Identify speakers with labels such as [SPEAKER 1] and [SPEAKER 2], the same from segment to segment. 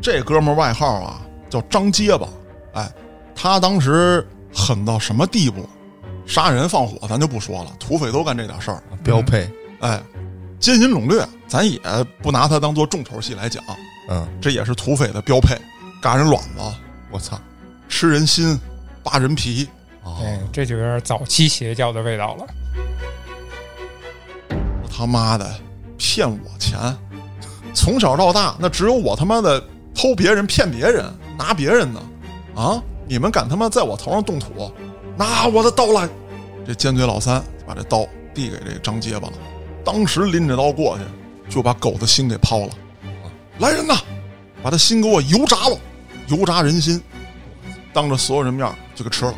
[SPEAKER 1] 这哥们儿外号啊叫张结巴，哎，他当时狠到什么地步？杀人放火咱就不说了，土匪都干这点事儿，
[SPEAKER 2] 标配，
[SPEAKER 1] 哎，奸淫掳掠咱也不拿他当做重头戏来讲，
[SPEAKER 2] 嗯，
[SPEAKER 1] 这也是土匪的标配，嘎人卵子，
[SPEAKER 2] 我操，
[SPEAKER 1] 吃人心，扒人皮，
[SPEAKER 2] 哦
[SPEAKER 3] 对，，哎这就有点早期邪教的味道了。
[SPEAKER 1] 我他妈的骗我钱！从小到大，那只有我他妈的偷别人、骗别人、拿别人呢！啊，你们敢他妈在我头上动土，拿我的刀来！这尖嘴老三把这刀递给这张结巴了，当时拎着刀过去，就把狗的心给抛了。来人呐，把他心给我油炸了，油炸人心！当着所有人面就给吃了。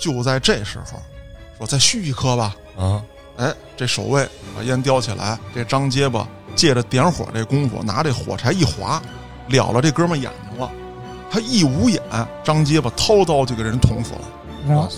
[SPEAKER 1] 就在这时候，说再续一颗吧。
[SPEAKER 2] 啊，
[SPEAKER 1] 哎，这守卫把烟叼起来，这张结巴借着点火这功夫，拿这火柴一划，燎了这哥们眼睛了。他一捂眼，张结巴掏刀就给人捅死了。
[SPEAKER 3] 然
[SPEAKER 2] 我
[SPEAKER 3] 后
[SPEAKER 2] 操，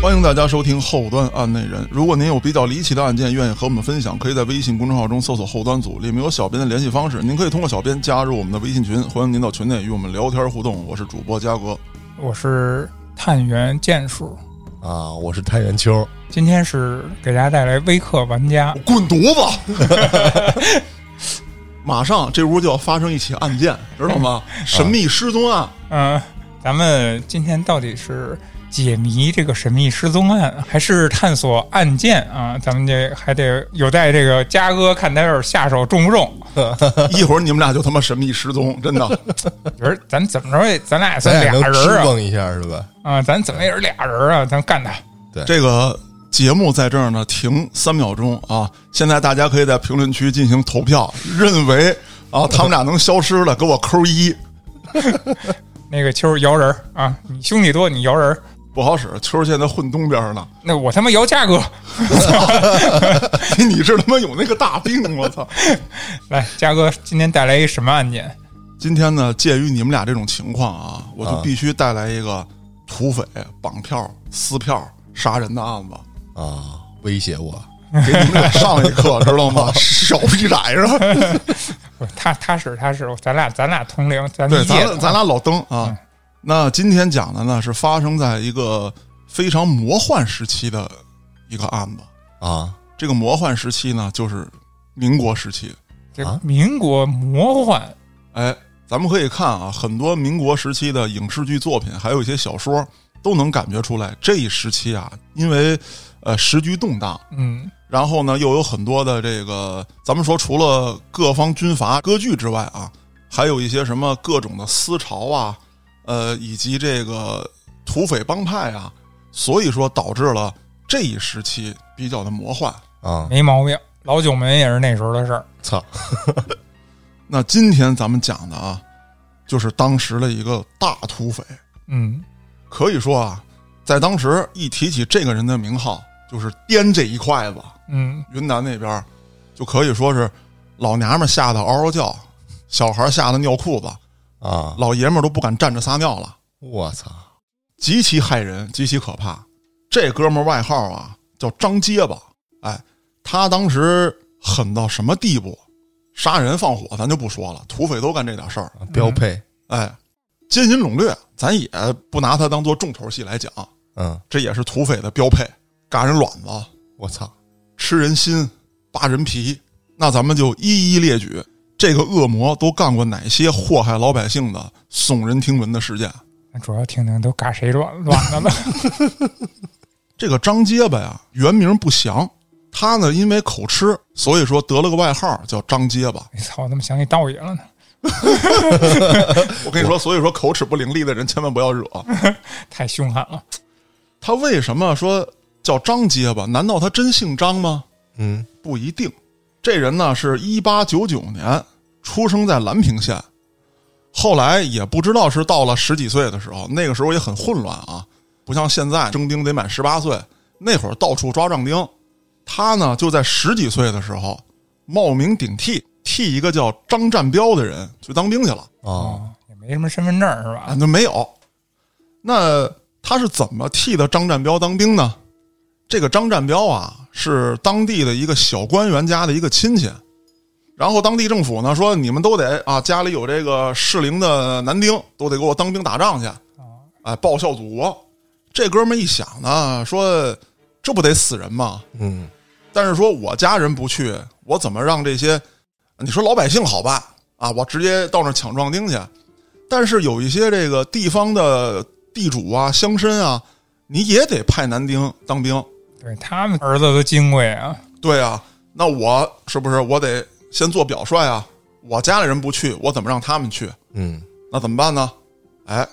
[SPEAKER 1] 欢迎大家收听《后端案内人》。如果您有比较离奇的案件，愿意和我们分享，可以在微信公众号中搜索“后端组”，里面有小编的联系方式。您可以通过小编加入我们的微信群，欢迎您到群内与我们聊天互动。我是主播嘉哥，
[SPEAKER 3] 我是探员剑术，
[SPEAKER 2] 啊，我是太原秋，
[SPEAKER 3] 今天是给大家带来微课玩家
[SPEAKER 1] 我。滚犊子！ 马上这屋就要发生一起案件，知道吗？神秘失踪案，
[SPEAKER 3] 嗯、咱们今天到底是解谜这个神秘失踪案，还是探索案件啊？咱们这还得有待这个嘉哥看他这下手重不重。
[SPEAKER 1] 一会儿你们俩就他妈神秘失踪，真的。
[SPEAKER 3] 我说咱怎么着也，咱俩也
[SPEAKER 2] 咱
[SPEAKER 3] 算
[SPEAKER 2] 俩
[SPEAKER 3] 俩
[SPEAKER 2] 能
[SPEAKER 3] 人
[SPEAKER 2] 吃
[SPEAKER 3] 啊！
[SPEAKER 2] 蹦一下是吧？
[SPEAKER 3] 啊，咱怎么也是俩人啊！咱干他！
[SPEAKER 1] 这个节目在这儿呢，停三秒钟啊！现在大家可以在评论区进行投票，认为啊他们俩能消失了，给我扣一。
[SPEAKER 3] 那个秋儿摇人儿啊，你兄弟多，你摇人儿。
[SPEAKER 1] 不好使，秋儿现在混东边呢，
[SPEAKER 3] 那我他妈摇价格，
[SPEAKER 1] 你是他妈有那个大病，我操！
[SPEAKER 3] 来，嘉哥今天带来一什么案件？
[SPEAKER 1] 今天呢，鉴于你们俩这种情况啊，我就
[SPEAKER 2] 啊
[SPEAKER 1] 必须带来一个土匪绑票、撕票、杀人的案子，
[SPEAKER 2] 啊，威胁我，
[SPEAKER 1] 给你们俩上一课，知道 吗？小逼崽子，
[SPEAKER 3] 不是他踏实踏实，咱俩咱俩同龄，咱
[SPEAKER 1] 对，
[SPEAKER 3] 理解
[SPEAKER 1] 咱俩咱俩老登啊。那今天讲的呢，是发生在一个非常魔幻时期的一个案子。
[SPEAKER 2] 啊，
[SPEAKER 1] 这个魔幻时期呢，就是民国时期。
[SPEAKER 3] 这
[SPEAKER 2] 啊
[SPEAKER 3] 民国魔幻
[SPEAKER 1] 哎，咱们可以看啊，很多民国时期的影视剧作品，还有一些小说，都能感觉出来这一时期啊，因为呃时局动荡，
[SPEAKER 3] 嗯，
[SPEAKER 1] 然后呢又有很多的这个，咱们说除了各方军阀割据之外啊，还有一些什么各种的思潮啊，呃，以及这个土匪帮派啊，所以说导致了这一时期比较的魔幻。
[SPEAKER 2] 啊，
[SPEAKER 3] 没毛病。老九门也是那时候的事儿，
[SPEAKER 2] 操，
[SPEAKER 1] 那今天咱们讲的啊，就是当时的一个大土匪。
[SPEAKER 3] 嗯，
[SPEAKER 1] 可以说啊，在当时一提起这个人的名号，就是掂这一块子。
[SPEAKER 3] 嗯，
[SPEAKER 1] 云南那边儿就可以说是老娘们吓得嗷嗷叫，小孩吓得尿裤子，
[SPEAKER 2] 啊，
[SPEAKER 1] 老爷们儿都不敢站着撒尿了，
[SPEAKER 2] 我操，
[SPEAKER 1] 极其害人，极其可怕。这哥们儿外号啊叫张结巴，哎，他当时狠到什么地步？杀人放火咱就不说了，土匪都干这点事儿。
[SPEAKER 3] 嗯
[SPEAKER 2] 标配，
[SPEAKER 1] 哎，奸淫掳掠咱也不拿他当做重头戏来讲，
[SPEAKER 2] 嗯，
[SPEAKER 1] 这也是土匪的标配，嘎人卵子，
[SPEAKER 2] 我操，
[SPEAKER 1] 吃人心，扒人皮。那咱们就一一列举，这个恶魔都干过哪些祸害老百姓的耸人听闻的事件？
[SPEAKER 3] 主要听听都嘎谁乱乱的了。
[SPEAKER 1] 这个张结巴呀，原名不详，他呢因为口吃，所以说得了个外号叫张结巴。
[SPEAKER 3] 哎操，我怎么想起道爷了呢？
[SPEAKER 1] 我跟你说，所以说口齿不伶俐的人千万不要惹。
[SPEAKER 3] 太凶悍了。
[SPEAKER 1] 他为什么说叫张结巴？难道他真姓张吗？
[SPEAKER 2] 嗯，
[SPEAKER 1] 不一定。这人呢是一八九九年出生在兰平县，后来也不知道是到了十几岁的时候，那个时候也很混乱啊，不像现在征兵得满十八岁，那会儿到处抓壮丁。他呢就在十几岁的时候冒名顶替，替一个叫张占彪的人去当兵去了
[SPEAKER 2] 啊，
[SPEAKER 3] 哦，也没什么身份证是
[SPEAKER 1] 啊，
[SPEAKER 3] 吧？
[SPEAKER 1] 那没有。那他是怎么替的张占彪当兵呢？这个张占彪啊，是当地的一个小官员家的一个亲戚，然后当地政府呢说，你们都得啊，家里有这个适龄的男丁，都得给我当兵打仗去，哎，报效祖国。这哥们儿一想呢，说这不得死人吗？
[SPEAKER 2] 嗯，
[SPEAKER 1] 但是说我家人不去，我怎么让这些你说老百姓好办啊？我直接到那儿抢壮丁去。但是有一些这个地方的地主啊、乡绅啊，你也得派男丁当兵。
[SPEAKER 3] 对他们儿子都金贵啊，
[SPEAKER 1] 对啊，那我是不是我得先做表率啊？我家里人不去，我怎么让他们去？
[SPEAKER 2] 嗯，
[SPEAKER 1] 那怎么办呢？哎，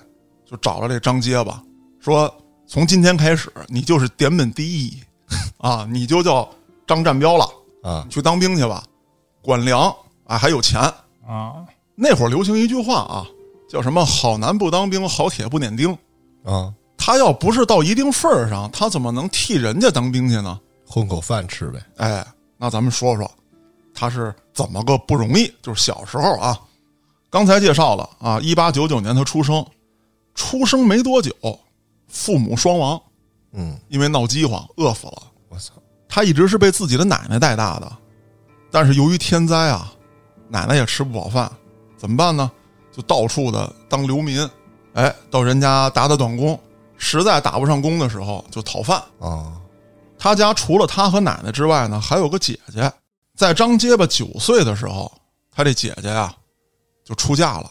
[SPEAKER 1] 就找了这张结巴，说从今天开始，你就是点本第一啊，你就叫张占彪了。
[SPEAKER 2] 啊
[SPEAKER 1] 你，去当兵去吧，管粮啊，还有钱。
[SPEAKER 3] 啊，
[SPEAKER 1] 那会儿流行一句话啊，叫什么“好男不当兵，好铁不碾钉
[SPEAKER 2] 啊，”。
[SPEAKER 1] 他要不是到一定份儿上，他怎么能替人家当兵去呢？
[SPEAKER 2] 混口饭吃呗，
[SPEAKER 1] 哎，那咱们说说他是怎么个不容易，就是小时候啊。刚才介绍了啊，一八九九年他出生，出生没多久，父母双亡，
[SPEAKER 2] 嗯，
[SPEAKER 1] 因为闹饥荒饿死了。
[SPEAKER 2] 我操，
[SPEAKER 1] 他一直是被自己的奶奶带大的，但是由于天灾啊，奶奶也吃不饱饭，怎么办呢？就到处的当流民，哎，到人家打打短工，实在打不上工的时候就讨饭。
[SPEAKER 2] 啊，
[SPEAKER 1] 他家除了他和奶奶之外呢，还有个姐姐，在张结巴九岁的时候，他这姐姐啊就出嫁了。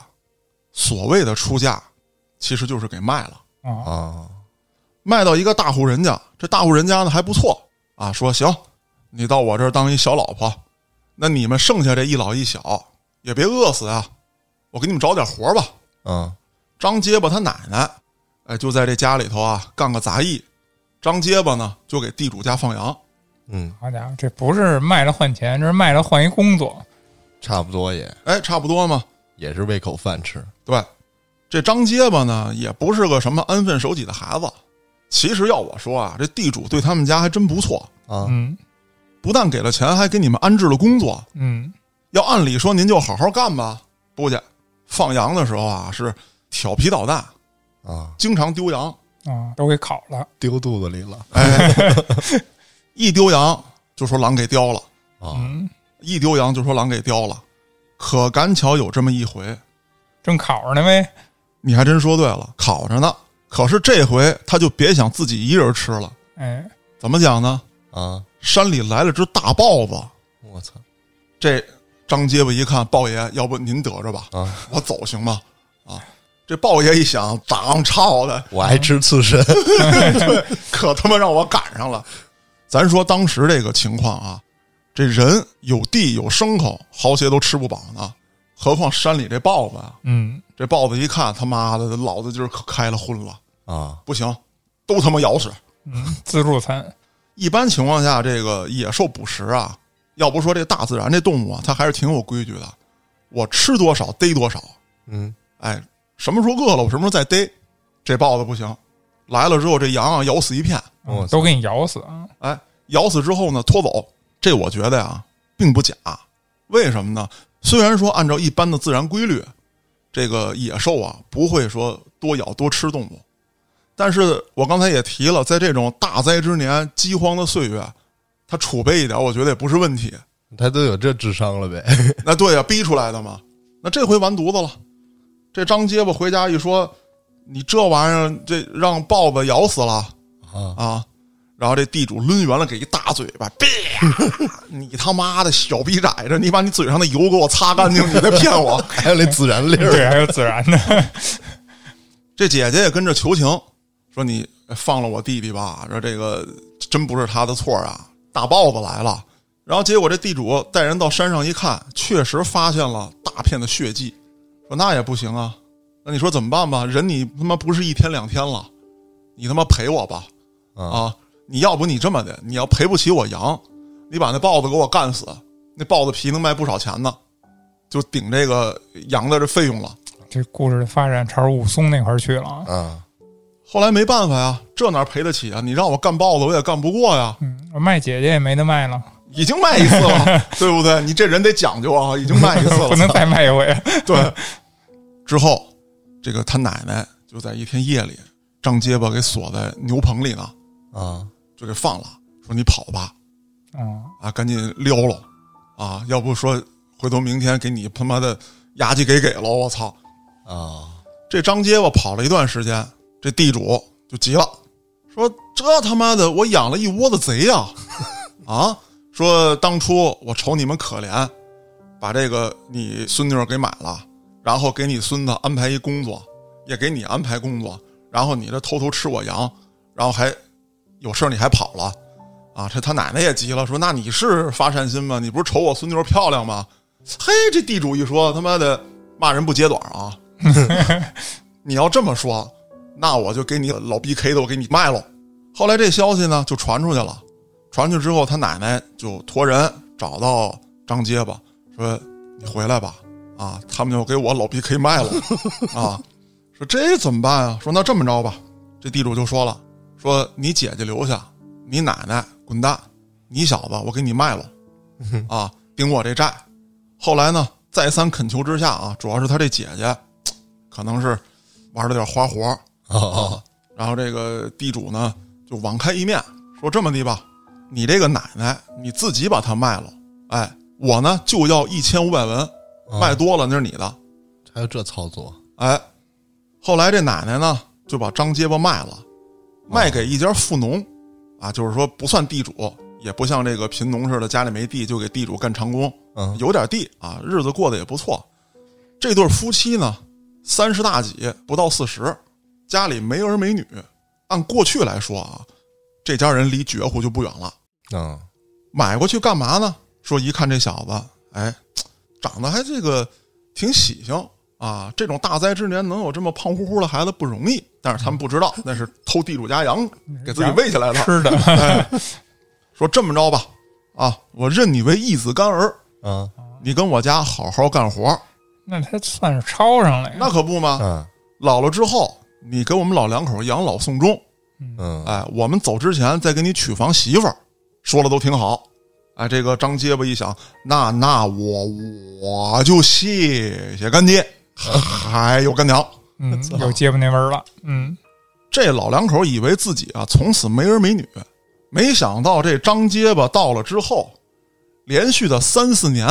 [SPEAKER 1] 所谓的出嫁，其实就是给卖了。
[SPEAKER 3] 啊，
[SPEAKER 2] 啊，
[SPEAKER 1] 卖到一个大户人家，这大户人家呢还不错啊，说行，你到我这儿当一小老婆，那你们剩下这一老一小也别饿死啊，我给你们找点活儿吧。
[SPEAKER 2] 啊，
[SPEAKER 1] 张结巴他奶奶，哎，就在这家里头啊干个杂役，张结巴呢就给地主家放羊，
[SPEAKER 2] 嗯，
[SPEAKER 3] 好家伙，这不是卖了换钱，这是卖了换一工作，
[SPEAKER 2] 差不多也
[SPEAKER 1] 哎，差不多嘛。
[SPEAKER 2] 也是为口饭吃，
[SPEAKER 1] 对，这张结巴呢也不是个什么安分守己的孩子，其实要我说啊，这地主对他们家还真不错，
[SPEAKER 2] 啊，
[SPEAKER 3] 嗯
[SPEAKER 1] 不但给了钱，还给你们安置了工作。
[SPEAKER 3] 嗯，
[SPEAKER 1] 要按理说您就好好干吧，不去放羊的时候啊是调皮捣蛋，
[SPEAKER 2] 啊，
[SPEAKER 1] 经常丢羊，
[SPEAKER 3] 啊，都给烤了，
[SPEAKER 2] 丢肚子里了，
[SPEAKER 1] 一丢羊就说狼给叼了，
[SPEAKER 2] 啊，
[SPEAKER 3] 嗯，
[SPEAKER 1] 一丢羊就说狼给叼了。可赶巧有这么一回，
[SPEAKER 3] 正烤着呢呗，
[SPEAKER 1] 你还真说对了，烤着呢。可是这回他就别想自己一人吃了，
[SPEAKER 3] 哎，
[SPEAKER 1] 怎么讲呢？
[SPEAKER 2] 啊，
[SPEAKER 1] 山里来了只大豹子，
[SPEAKER 2] 我操，
[SPEAKER 1] 这张结巴一看，豹爷，要不您得着吧，
[SPEAKER 2] 啊，
[SPEAKER 1] 我走行吗？啊，这豹爷一想，长操的，
[SPEAKER 2] 我爱吃刺身，
[SPEAKER 1] 可他妈让我赶上了。咱说当时这个情况啊，这人有地有牲口，豪鞋都吃不饱呢，何况山里这豹子啊！
[SPEAKER 3] 嗯，
[SPEAKER 1] 这豹子一看，他妈的，老子今儿可开了荤了，
[SPEAKER 2] 啊，
[SPEAKER 1] 不行，都他妈咬死。
[SPEAKER 3] 自助餐，
[SPEAKER 1] 一般情况下，这个野兽捕食啊，要不说这大自然这动物啊，它还是挺有规矩的，我吃多少逮多少。
[SPEAKER 2] 嗯，
[SPEAKER 1] 哎，什么时候饿了，我什么时候再逮。这豹子不行，来了之后，这羊啊咬死一片，
[SPEAKER 2] 我
[SPEAKER 3] 嗯
[SPEAKER 2] 操
[SPEAKER 3] 都给你咬死啊，
[SPEAKER 1] 哎，咬死之后呢，拖走，这我觉得呀，并不假。为什么呢？虽然说按照一般的自然规律，这个野兽啊不会说多咬多吃动物，但是我刚才也提了，在这种大灾之年、饥荒的岁月，它储备一点，我觉得也不是问题。
[SPEAKER 2] 他都有这智商了呗，
[SPEAKER 1] 那对呀、逼出来的嘛。那这回完犊子了，这张结巴回家一说，你这玩意儿这让豹子咬死了，
[SPEAKER 2] 啊，
[SPEAKER 1] 啊，然后这地主抡圆了给一大嘴巴，啪！你他妈的小逼崽子，你把你嘴上的油给我擦干净，你在骗我！
[SPEAKER 2] 还有那孜然粒儿，
[SPEAKER 3] 对，还有孜然的，
[SPEAKER 1] 这姐姐也跟着求情，说你放了我弟弟吧，说这个真不是他的错啊，大豹子来了。然后结果这地主带人到山上一看，确实发现了大片的血迹，说那也不行啊，那你说怎么办吧？人你他妈不是一天两天了，你他妈赔我吧，
[SPEAKER 2] 啊，
[SPEAKER 1] 啊，你要不你这么的，你要赔不起我羊，你把那豹子给我干死，那豹子皮能卖不少钱呢，就顶这个羊的这费用了。
[SPEAKER 3] 这故事的发展朝着武松那块儿去了啊，
[SPEAKER 2] 啊，
[SPEAKER 1] 后来没办法呀，这哪赔得起啊？你让我干豹子，我也干不过呀。
[SPEAKER 3] 嗯，我卖姐姐也没得卖了，
[SPEAKER 1] 已经卖一次 了，对不对？你这人得讲究啊，已经卖一次了，
[SPEAKER 3] 不 能再卖一回。
[SPEAKER 1] 对。之后，这个他奶奶就在一天夜里，张结巴给锁在牛棚里呢，
[SPEAKER 2] 啊，
[SPEAKER 1] 就给放了，说你跑吧，
[SPEAKER 3] 嗯，
[SPEAKER 1] 啊，赶紧溜喽，啊，要不说回头明天给你他妈的押鸡给给喽，我操！
[SPEAKER 2] 啊，
[SPEAKER 1] 这张结巴跑了一段时间，这地主就急了，说：“这他妈的，我养了一窝子贼呀、啊！说当初我瞅你们可怜，把这个你孙女儿给买了，然后给你孙子安排一工作，也给你安排工作，然后你这偷偷吃我羊，然后还有事儿你还跑了，啊！这他奶奶也急了，说：那你是发善心吗？你不是瞅我孙女儿漂亮吗？嘿，这地主一说，他妈的骂人不揭短啊！”你要这么说，那我就给你老 BK 的，我给你卖了。后来这消息呢就传出去了，传出去之后，他奶奶就托人找到张结巴，说：“你回来吧，啊，他们要给我老 BK 卖了，啊，说这怎么办啊？说那这么着吧，这地主就说了，说你姐姐留下，你奶奶滚蛋，你小子我给你卖了，啊，顶我这债。后来呢，再三恳求之下啊，主要是他这姐姐可能是玩了点花活儿
[SPEAKER 2] 啊，
[SPEAKER 1] 然后这个地主呢就网开一面，说这么地吧，你这个奶奶你自己把它卖了，哎，我呢就要一千五百文，
[SPEAKER 2] 啊
[SPEAKER 1] 卖多了那是你的，
[SPEAKER 2] 还有这操作
[SPEAKER 1] 哎，后来这奶奶呢就把张结巴卖了，卖给一家富农，啊，就是说不算地主，也不像这个贫农似的家里没地就给地主干长工，
[SPEAKER 2] 嗯
[SPEAKER 1] 有点地啊，日子过得也不错。这对夫妻呢，三十大几不到四十，家里没儿没女，按过去来说啊，这家人离绝户就不远了。
[SPEAKER 2] 啊，
[SPEAKER 1] 买过去干嘛呢？说一看这小子，哎，长得还这个挺喜庆啊！这种大灾之年能有这么胖乎乎的孩子不容易。但是他们不知道，那是偷地主家羊给自己喂起来的。
[SPEAKER 3] 吃的，
[SPEAKER 1] 说这么着吧，啊，我认你为义子干儿，
[SPEAKER 2] 啊
[SPEAKER 1] 你跟我家好好干活。
[SPEAKER 3] 那他算是抄上来
[SPEAKER 1] 那
[SPEAKER 3] 了。
[SPEAKER 1] 可不嘛，
[SPEAKER 2] 啊，
[SPEAKER 1] 老了之后，你给我们老两口养老送终。
[SPEAKER 2] 嗯
[SPEAKER 1] 哎，我们走之前再给你娶房媳妇儿，说了都挺好。哎，这个张结巴一想，那那我我就谢谢干爹，还有干娘。
[SPEAKER 3] 嗯，有结巴那味儿了。嗯，
[SPEAKER 1] 这老两口以为自己啊从此没儿没女，没想到这张结巴到了之后，连续的三四年，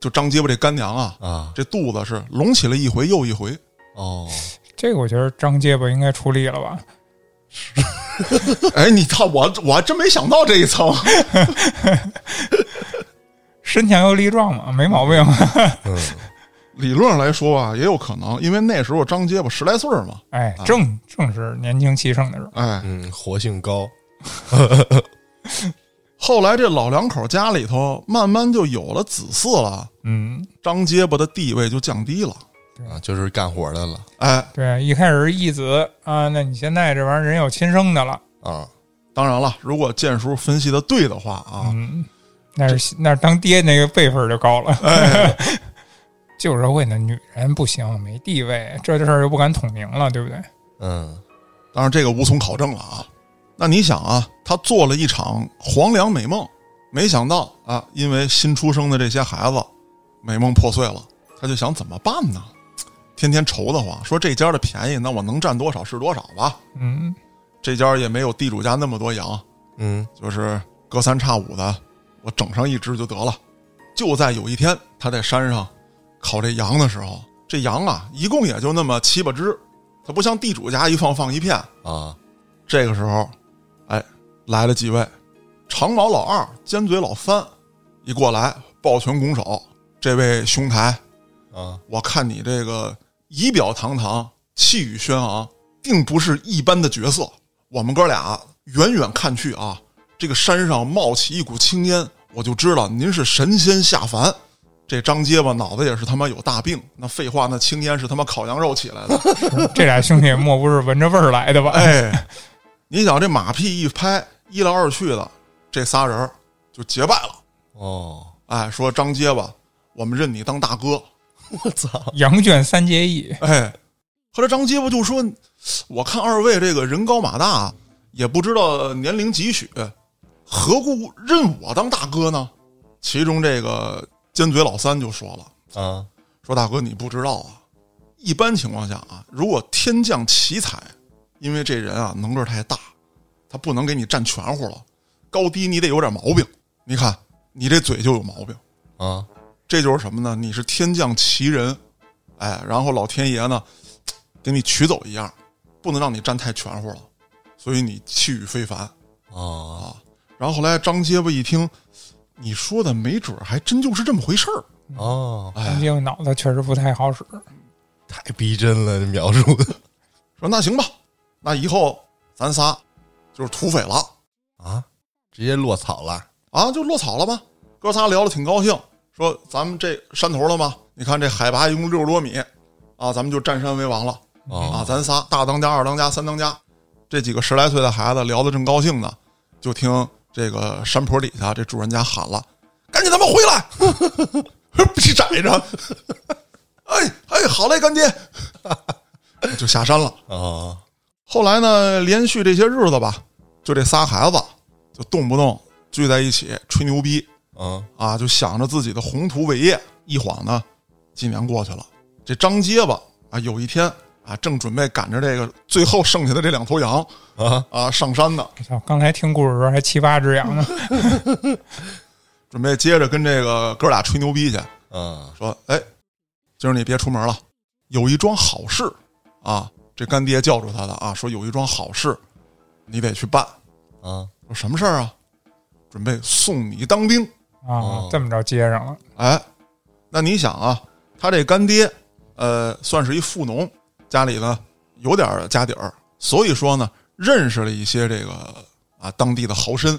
[SPEAKER 1] 就张结巴这干娘啊，
[SPEAKER 2] 啊，
[SPEAKER 1] 这肚子是隆起了一回又一回。
[SPEAKER 2] 哦，
[SPEAKER 3] 这个我觉得张结巴应该出力了吧？
[SPEAKER 1] 哎，你看我我还真没想到这一层。
[SPEAKER 3] 身强有力壮嘛，没毛病。
[SPEAKER 2] 嗯
[SPEAKER 1] 理论上来说啊，也有可能，因为那时候张结巴十来岁儿嘛，
[SPEAKER 3] 哎，正正是年轻气盛的时候。
[SPEAKER 1] 哎，
[SPEAKER 2] 嗯，活性高
[SPEAKER 1] 后来这老两口家里头慢慢就有了子嗣了，
[SPEAKER 3] 嗯，
[SPEAKER 1] 张结巴的地位就降低了，
[SPEAKER 2] 啊，就是干活的了
[SPEAKER 1] 哎，
[SPEAKER 3] 对，一开始是义子啊，那你现在这玩意儿人有亲生的了。
[SPEAKER 2] 啊，
[SPEAKER 1] 当然了，如果建叔分析的对的话啊，
[SPEAKER 3] 嗯，那是那是当爹那个辈分儿就高了。 旧社会的女人不行，没地位，这事儿又不敢统明了，对不对？
[SPEAKER 2] 嗯
[SPEAKER 1] 当然这个无从考证了啊。那你想啊，他做了一场黄粱美梦，没想到啊，因为新出生的这些孩子，美梦破碎了，他就想怎么办呢？天天愁得慌，说这家的便宜，那我能占多少是多少吧。
[SPEAKER 3] 嗯，
[SPEAKER 1] 这家也没有地主家那么多羊，
[SPEAKER 2] 嗯
[SPEAKER 1] 就是隔三差五的，我整上一只就得了。就在有一天，他在山上烤这羊的时候，这羊啊，一共也就那么七八只，它不像地主家一放放一片。
[SPEAKER 2] 啊，
[SPEAKER 1] 这个时候，哎，来了几位长毛老二、尖嘴老三，一过来抱拳拱手，这位兄台，
[SPEAKER 2] 啊
[SPEAKER 1] 我看你这个仪表堂堂、气宇轩昂，并不是一般的角色。我们哥俩远远看去啊，这个山上冒起一股青烟，我就知道您是神仙下凡。这张结巴脑子也是他妈有大病，那废话，那青烟是他妈烤羊肉起来的。
[SPEAKER 3] 这俩兄弟莫不是闻着味儿来的吧？
[SPEAKER 1] 哎， 你想这马屁一拍，一来二去的，这仨人儿就结拜了。
[SPEAKER 2] 哦，
[SPEAKER 1] 哎，说张结巴，我们认你当大哥。哎
[SPEAKER 2] 我操
[SPEAKER 3] 羊圈三结义，
[SPEAKER 1] 哎，后来张结巴就说：“我看二位这个人高马大，也不知道年龄几许，何故认我当大哥呢？”其中这个尖嘴老三就说了。
[SPEAKER 2] 啊
[SPEAKER 1] 说大哥你不知道啊，一般情况下啊，如果天降奇才，因为这人啊能个儿太大，他不能给你占全乎了，高低你得有点毛病。你看你这嘴就有毛病，
[SPEAKER 2] 啊
[SPEAKER 1] 这就是什么呢？你是天降奇人，哎，然后老天爷呢给你取走一样，不能让你占太全乎了，所以你气宇非凡。
[SPEAKER 2] 啊
[SPEAKER 1] 然后后来张结巴一听，你说的没准儿还真就是这么回事儿。
[SPEAKER 2] 啊！
[SPEAKER 1] 哎，
[SPEAKER 3] 毕竟脑子确实不太好使。
[SPEAKER 2] 太逼真了，这描述的
[SPEAKER 1] 说那行吧，那以后咱仨就是土匪了
[SPEAKER 2] 啊， 直接落草了
[SPEAKER 1] 啊，就落草了吧。哥仨聊的挺高兴，说咱们这山头了吗？你看这海拔一共六十多米啊，咱们就占山为王了啊！
[SPEAKER 2] 啊
[SPEAKER 1] 咱仨大当家、二当家、三当家，这几个十来岁的孩子聊得正高兴呢，就听这个山坡底下这主人家喊了：“赶紧他妈回来！” 屁窄着，哎哎，好嘞，干爹， 就下山了。
[SPEAKER 2] 啊
[SPEAKER 1] 后来呢，连续这些日子吧，就这仨孩子就动不动聚在一起吹牛逼
[SPEAKER 2] 啊
[SPEAKER 1] 啊，就想着自己的宏图伟业。一晃呢，几年过去了，这张结巴啊，有一天啊，正准备赶着这个最后剩下的这两头羊
[SPEAKER 2] 啊！
[SPEAKER 1] 啊上山呢，
[SPEAKER 3] 我操，刚才听故事的时候还七八只羊呢，
[SPEAKER 1] 准备接着跟这个哥俩吹牛逼去，
[SPEAKER 2] 啊
[SPEAKER 1] 说：“哎，今儿你别出门了，有一桩好事啊！”这干爹叫住他的啊，说有一桩好事，你得去办。
[SPEAKER 2] 啊
[SPEAKER 1] 说什么事儿啊？准备送你当兵。
[SPEAKER 3] 啊，这么着接上了，
[SPEAKER 1] 哎，那你想啊，他这干爹，呃，算是一富农，家里呢有点儿家底儿，所以说呢，认识了一些这个啊当地的豪绅。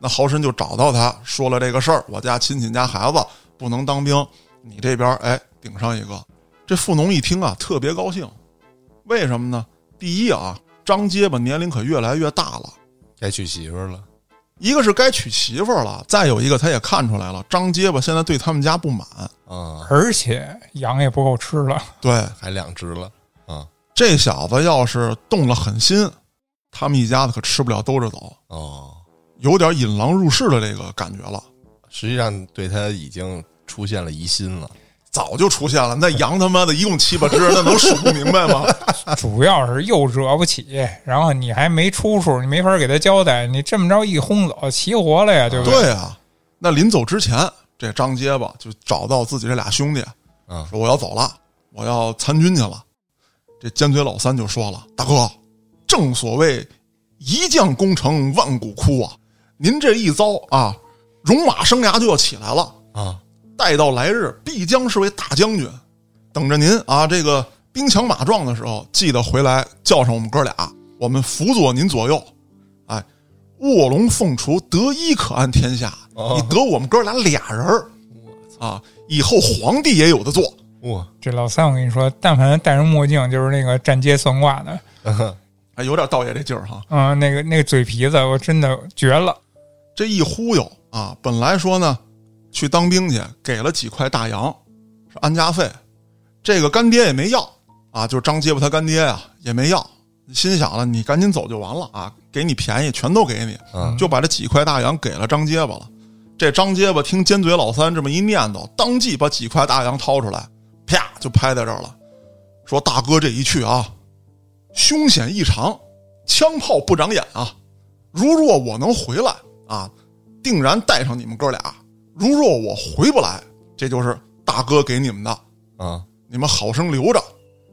[SPEAKER 1] 那豪绅就找到他，说了这个事儿，我家亲戚家孩子不能当兵，你这边儿哎顶上一个。这富农一听啊，特别高兴，为什么呢？第一啊，张结巴年龄可越来越大了。
[SPEAKER 2] 该娶媳妇儿了
[SPEAKER 1] 一个是该娶媳妇儿了，再有一个他也看出来了，张结巴现在对他们家不满。
[SPEAKER 2] 啊，
[SPEAKER 3] 而且羊也不够吃了，
[SPEAKER 1] 对，
[SPEAKER 2] 还两只了啊
[SPEAKER 1] 这小子要是动了狠心，他们一家子可吃不了兜着走，
[SPEAKER 2] 哦，
[SPEAKER 1] 有点引狼入室的这个感觉了。
[SPEAKER 2] 实际上对他已经出现了疑心了
[SPEAKER 1] 早就出现了，那羊他妈的一共七八只，那能数不明白吗？
[SPEAKER 3] 主要是又惹不起，然后你还没出处，你没法给他交代，你这么着一轰走，齐活了呀，对不对？
[SPEAKER 1] 对啊，那临走之前，这张结巴就找到自己这俩兄弟，
[SPEAKER 3] 嗯
[SPEAKER 2] 啊
[SPEAKER 1] 说我要走了，我要参军去了。这尖嘴老三就说了：“大哥，正所谓一将功成万骨枯啊，您这一遭啊，戎马生涯就要起来了。
[SPEAKER 2] 啊
[SPEAKER 1] 待到来日，必将是位大将军。等着您啊，这个兵强马壮的时候，记得回来叫上我们哥俩，我们辅佐您左右。哎，卧龙凤雏，得一可安天下。
[SPEAKER 2] 哦
[SPEAKER 1] 你得我们哥俩俩人儿，啊，以后皇帝也有的做。
[SPEAKER 2] 哇
[SPEAKER 3] 这老三，我跟你说，但凡戴上墨镜，就是那个站街算卦的，
[SPEAKER 1] 哎，有点道爷这劲儿哈。
[SPEAKER 3] 嗯，那个那个嘴皮子，我真的绝了，
[SPEAKER 1] 这一忽悠啊，本来说呢，去当兵去，给了几块大洋，是安家费，这个干爹也没要啊，就是张结巴他干爹呀、也没要，心想了，你赶紧走就完了啊，给你便宜全都给你，
[SPEAKER 2] 嗯
[SPEAKER 1] 就把这几块大洋给了张结巴了。这张结巴听尖嘴老三这么一念叨，当即把几块大洋掏出来，啪就拍在这儿了，说大哥这一去啊，凶险异常，枪炮不长眼啊。如若我能回来啊，定然带上你们哥俩；如若我回不来，这就是大哥给你们的，
[SPEAKER 2] 啊
[SPEAKER 1] 你们好生留着，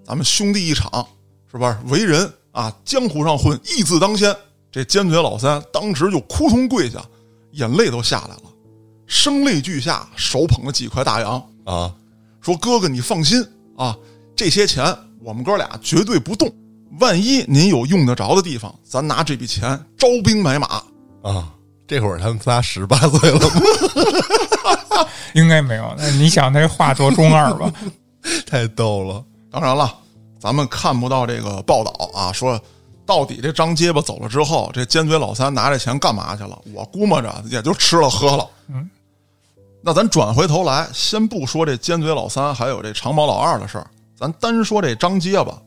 [SPEAKER 1] 咱们兄弟一场，是吧？为人啊，江湖上混，义字当先。这尖嘴老三当时就扑通跪下，眼泪都下来了，声泪俱下，手捧了几块大洋，
[SPEAKER 2] 啊
[SPEAKER 1] 说：“哥哥，你放心啊，这些钱我们哥俩绝对不动。万一您有用得着的地方，咱拿这笔钱招兵买马。
[SPEAKER 2] 啊！这会儿他们仨十八岁了吗，
[SPEAKER 3] 应该没有。那你想，那话多中二吧？
[SPEAKER 2] 太逗了
[SPEAKER 1] 当然了，咱们看不到这个报道啊，说到底这张结巴走了之后，这尖嘴老三拿这钱干嘛去了？我估摸着也就吃了喝了。嗯，那咱转回头来，先不说这尖嘴老三还有这长毛老二的事儿，咱单说这张结巴。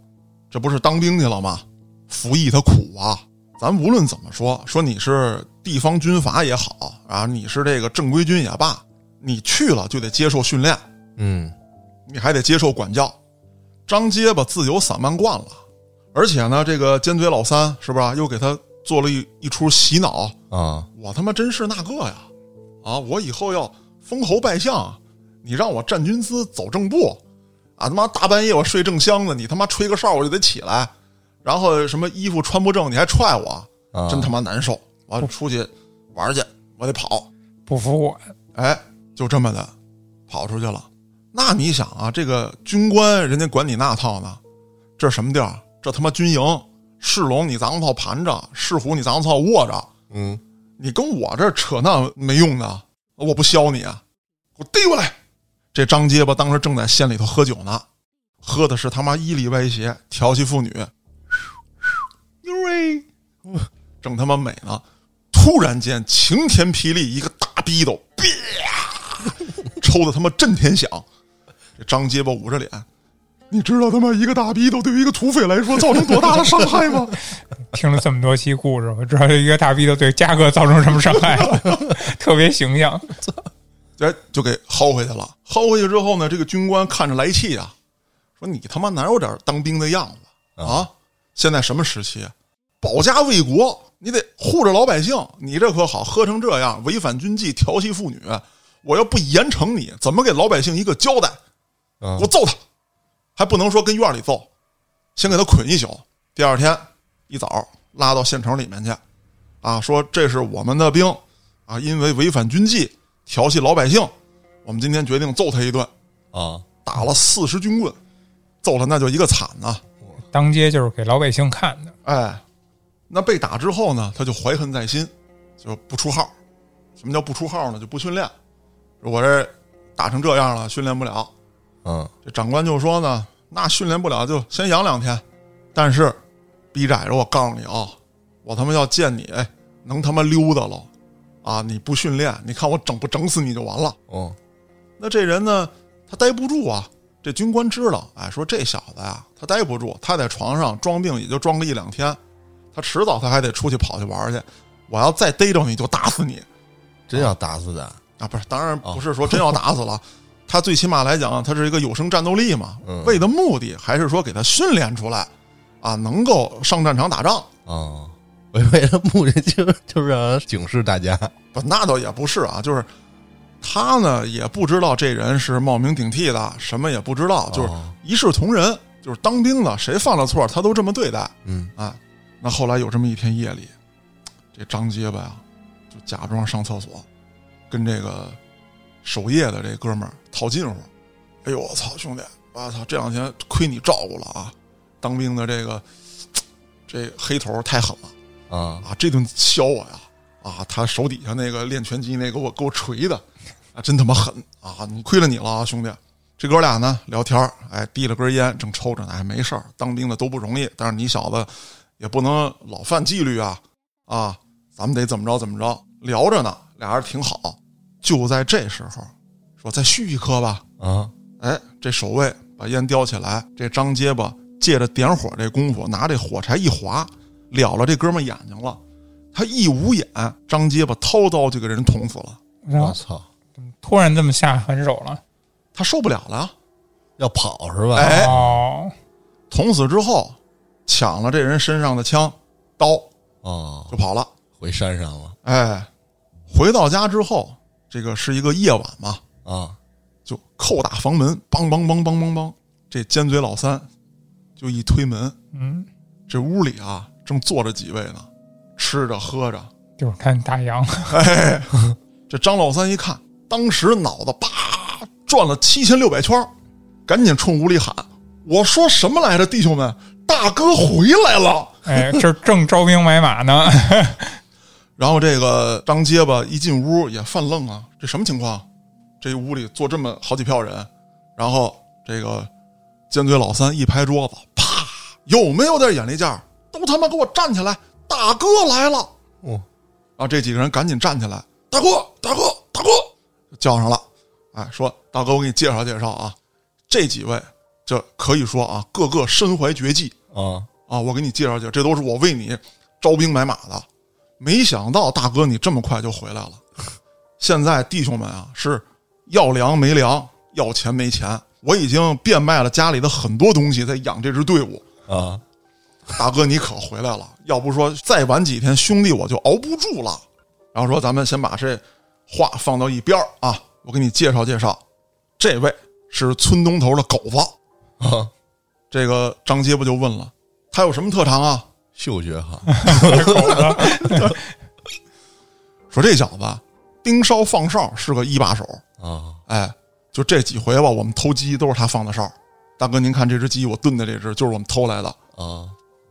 [SPEAKER 1] 这不是当兵去了吗？服役他苦啊！咱无论怎么说，说你是地方军阀也好，啊，你是这个正规军也罢，你去了就得接受训练，
[SPEAKER 2] 嗯，
[SPEAKER 1] 你还得接受管教。张结巴自由散漫惯了，而且呢，这个尖嘴老三是吧，又给他做了一一出洗脑。
[SPEAKER 2] 啊，
[SPEAKER 1] 我他妈真是那个呀！啊，我以后要封侯拜相，啊你让我站军姿走正步，啊他妈大半夜我睡正香呢，你他妈吹个哨我就得起来，然后什么衣服穿不正你还踹我，
[SPEAKER 2] 啊
[SPEAKER 1] 真他妈难受！我出去玩去，我得跑。
[SPEAKER 3] 不服我，
[SPEAKER 1] 哎，就这么的跑出去了。那你想啊，这个军官人家管你那套呢，这什么地儿？这他妈军营，是龙你杂木套盘着，是虎你杂木套卧着，
[SPEAKER 2] 嗯，
[SPEAKER 1] 你跟我这扯那没用的，我不削你，啊！给我递过来。这张结巴当时正在县里头喝酒呢，喝的是他妈伊犁歪斜，调戏妇女，呦喂，正他妈美呢。突然间晴天霹雳，一个大逼斗，啪，抽的他妈震天响。这张结巴捂着脸，你知道他妈一个大逼斗对于一个土匪来说造成多大的伤害吗？
[SPEAKER 3] 听了这么多期故事，我知道一个大逼斗对嘉哥造成什么伤 害了，特别形象。
[SPEAKER 1] 哎，就给薅回去了。薅回去之后呢，这个军官看着来气啊，说：“你他妈哪有点当兵的样子啊？现在什么时期？啊保家卫国，你得护着老百姓。你这可好，喝成这样，违反军纪，调戏妇女，我要不严惩你，怎么给老百姓一个交代？
[SPEAKER 2] 啊
[SPEAKER 1] 我揍他，还不能说跟院里揍，先给他捆一宿。第二天一早拉到县城里面去，啊，说这是我们的兵，啊，因为违反军纪调戏老百姓，我们今天决定揍他一顿，
[SPEAKER 2] 啊，
[SPEAKER 1] 打了四十军棍，揍他那就一个惨呐、
[SPEAKER 3] 当街就是给老百姓看的，
[SPEAKER 1] 哎，那被打之后呢，他就怀恨在心，就不出号。什么叫不出号呢？就不训练。我这打成这样了，训练不了，
[SPEAKER 2] 嗯，
[SPEAKER 1] 这长官就说呢，那训练不了就先养两天，但是逼窄着我告诉你啊，我他妈要见你，哎，能他妈溜达喽，啊，你不训练，你看我整不整死你就完了。
[SPEAKER 2] 哦，
[SPEAKER 1] 那这人呢，他待不住啊。这军官知道，哎，说这小子呀，他待不住，他在床上装病也就装个一两天，他迟早他还得出去跑去玩去。我要再逮着你就打死你
[SPEAKER 2] 真要打死的，
[SPEAKER 1] 啊！不是，当然不是说真
[SPEAKER 2] 啊
[SPEAKER 1] 要打死了，他最起码来讲，啊他是一个有生战斗力嘛。
[SPEAKER 2] 嗯
[SPEAKER 1] 为的目的还是说给他训练出来，啊，能够上战场打仗。
[SPEAKER 2] 啊，我为了目的就就是让警示大家，
[SPEAKER 1] 不，那倒也不是啊，就是他呢也不知道这人是冒名顶替的，什么也不知道，就是
[SPEAKER 2] 哦
[SPEAKER 1] 一视同仁，就是当兵的谁犯了错，他都这么对待。
[SPEAKER 2] 嗯，
[SPEAKER 1] 哎，那后来有这么一天夜里，这张结巴呀，就假装上厕所，跟这个守夜的这哥们儿套近乎。哎呦，我操，兄弟，我操，这两天亏你照顾了啊！当兵的这个这黑头太狠了。
[SPEAKER 2] 啊，
[SPEAKER 1] 啊，这顿削我呀！啊，他手底下那个练拳击那个，我给我锤的，啊，真他妈狠啊！你亏了你了啊，兄弟！这哥俩呢聊天儿，哎，递了根烟，正抽着呢，哎，没事儿，当兵的都不容易，但是你小子也不能老犯纪律啊啊！咱们得怎么着怎么着，聊着呢，俩人挺好。就在这时候，说再续一颗吧，
[SPEAKER 2] 啊，
[SPEAKER 1] 哎，这守卫把烟叼起来，这张结巴借着点火这功夫，拿这火柴一划，燎了这哥们眼睛了。他一捂眼，张结巴掏刀就给人捅死了。
[SPEAKER 3] 然
[SPEAKER 2] 我
[SPEAKER 3] 后
[SPEAKER 2] 操，
[SPEAKER 3] 突然这么下狠手了。
[SPEAKER 1] 他受不了了，
[SPEAKER 2] 要跑是吧？
[SPEAKER 1] 哎
[SPEAKER 3] 哦，
[SPEAKER 1] 捅死之后，抢了这人身上的枪、刀
[SPEAKER 2] 哦，
[SPEAKER 1] 就跑了。
[SPEAKER 2] 回山上了
[SPEAKER 1] 哎，回到家之后，这个是一个夜晚嘛，
[SPEAKER 2] 啊，
[SPEAKER 1] 就叩打房门，梆梆梆梆梆梆。这尖嘴老三就一推门，
[SPEAKER 3] 嗯，
[SPEAKER 1] 这屋里啊正坐着几位呢，吃着喝着。
[SPEAKER 3] 就是看大洋，
[SPEAKER 1] 这张老三一看，当时脑子叭转了七千六百圈儿，赶紧冲屋里喊：“我说什么来着，弟兄们，大哥回来了
[SPEAKER 3] 哎，这正招兵买马呢。！”
[SPEAKER 1] 然后这个张结巴一进屋也犯愣啊，这什么情况？这屋里坐这么好几票人，然后这个尖嘴老三一拍桌子，啪，有没有点眼力劲儿？都他妈给我站起来！大哥来了！
[SPEAKER 2] 哦，
[SPEAKER 1] 然后这几个人赶紧站起来，大哥，大哥，大哥，叫上了。哎，说大哥，我给你介绍介绍啊，这几位这可以说啊，个个身怀绝技，
[SPEAKER 2] 啊，
[SPEAKER 1] 啊，我给你介绍介绍，这都是我为你招兵买马的。没想到大哥你这么快就回来了，现在弟兄们啊是要粮没粮，要钱没钱，我已经变卖了家里的很多东西在养这支队伍。
[SPEAKER 2] 啊，
[SPEAKER 1] 大哥你可回来了，要不说再晚几天兄弟我就熬不住了。然后说咱们先把这话放到一边儿啊，我给你介绍介绍，这位是村东头的狗子。
[SPEAKER 2] 啊，
[SPEAKER 1] 这个张结巴就问了，他有什么特长啊？
[SPEAKER 2] 嗅觉哈，
[SPEAKER 1] 说这小子盯梢放哨是个一把手，
[SPEAKER 2] 啊，
[SPEAKER 1] 哎，就这几回吧，我们偷鸡都是他放的哨。大哥，您看这只鸡，我炖的这只就是我们偷来的。
[SPEAKER 2] 啊，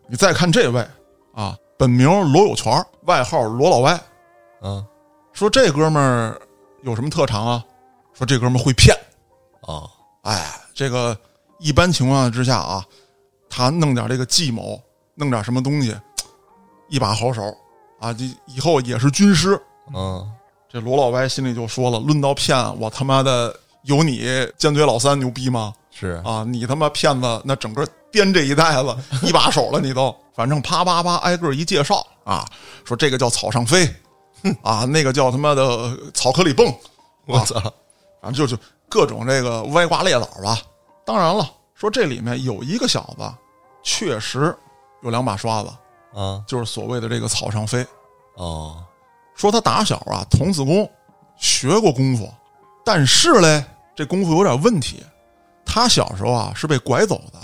[SPEAKER 1] 你再看这位啊，本名罗有权，外号罗老歪。
[SPEAKER 2] 啊，
[SPEAKER 1] 说这哥们儿有什么特长啊？说这哥们儿会骗。
[SPEAKER 2] 啊，
[SPEAKER 1] 哎，这个一般情况之下啊，他弄点这个计谋，弄点什么东西，一把好手啊，这以后也是军师。
[SPEAKER 2] 啊，
[SPEAKER 1] 这罗老歪心里就说了：“论到骗，我他妈的有你尖嘴老三牛逼吗？
[SPEAKER 2] 是
[SPEAKER 1] 啊，你他妈骗子，那整个掂这一袋子一把手了，你都。反正啪啪啪挨个一介绍啊，说这个叫草上飞，啊，那个叫他妈的草壳里蹦，
[SPEAKER 2] 我操，
[SPEAKER 1] 反正就就各种这个歪瓜裂枣吧。当然了，说这里面有一个小子确实有两把刷子，
[SPEAKER 2] 啊，
[SPEAKER 1] 就是所谓的这个草上飞。
[SPEAKER 2] 哦，
[SPEAKER 1] 说他打小啊童子功学过功夫，但是嘞这功夫有点问题。他小时候啊是被拐走的，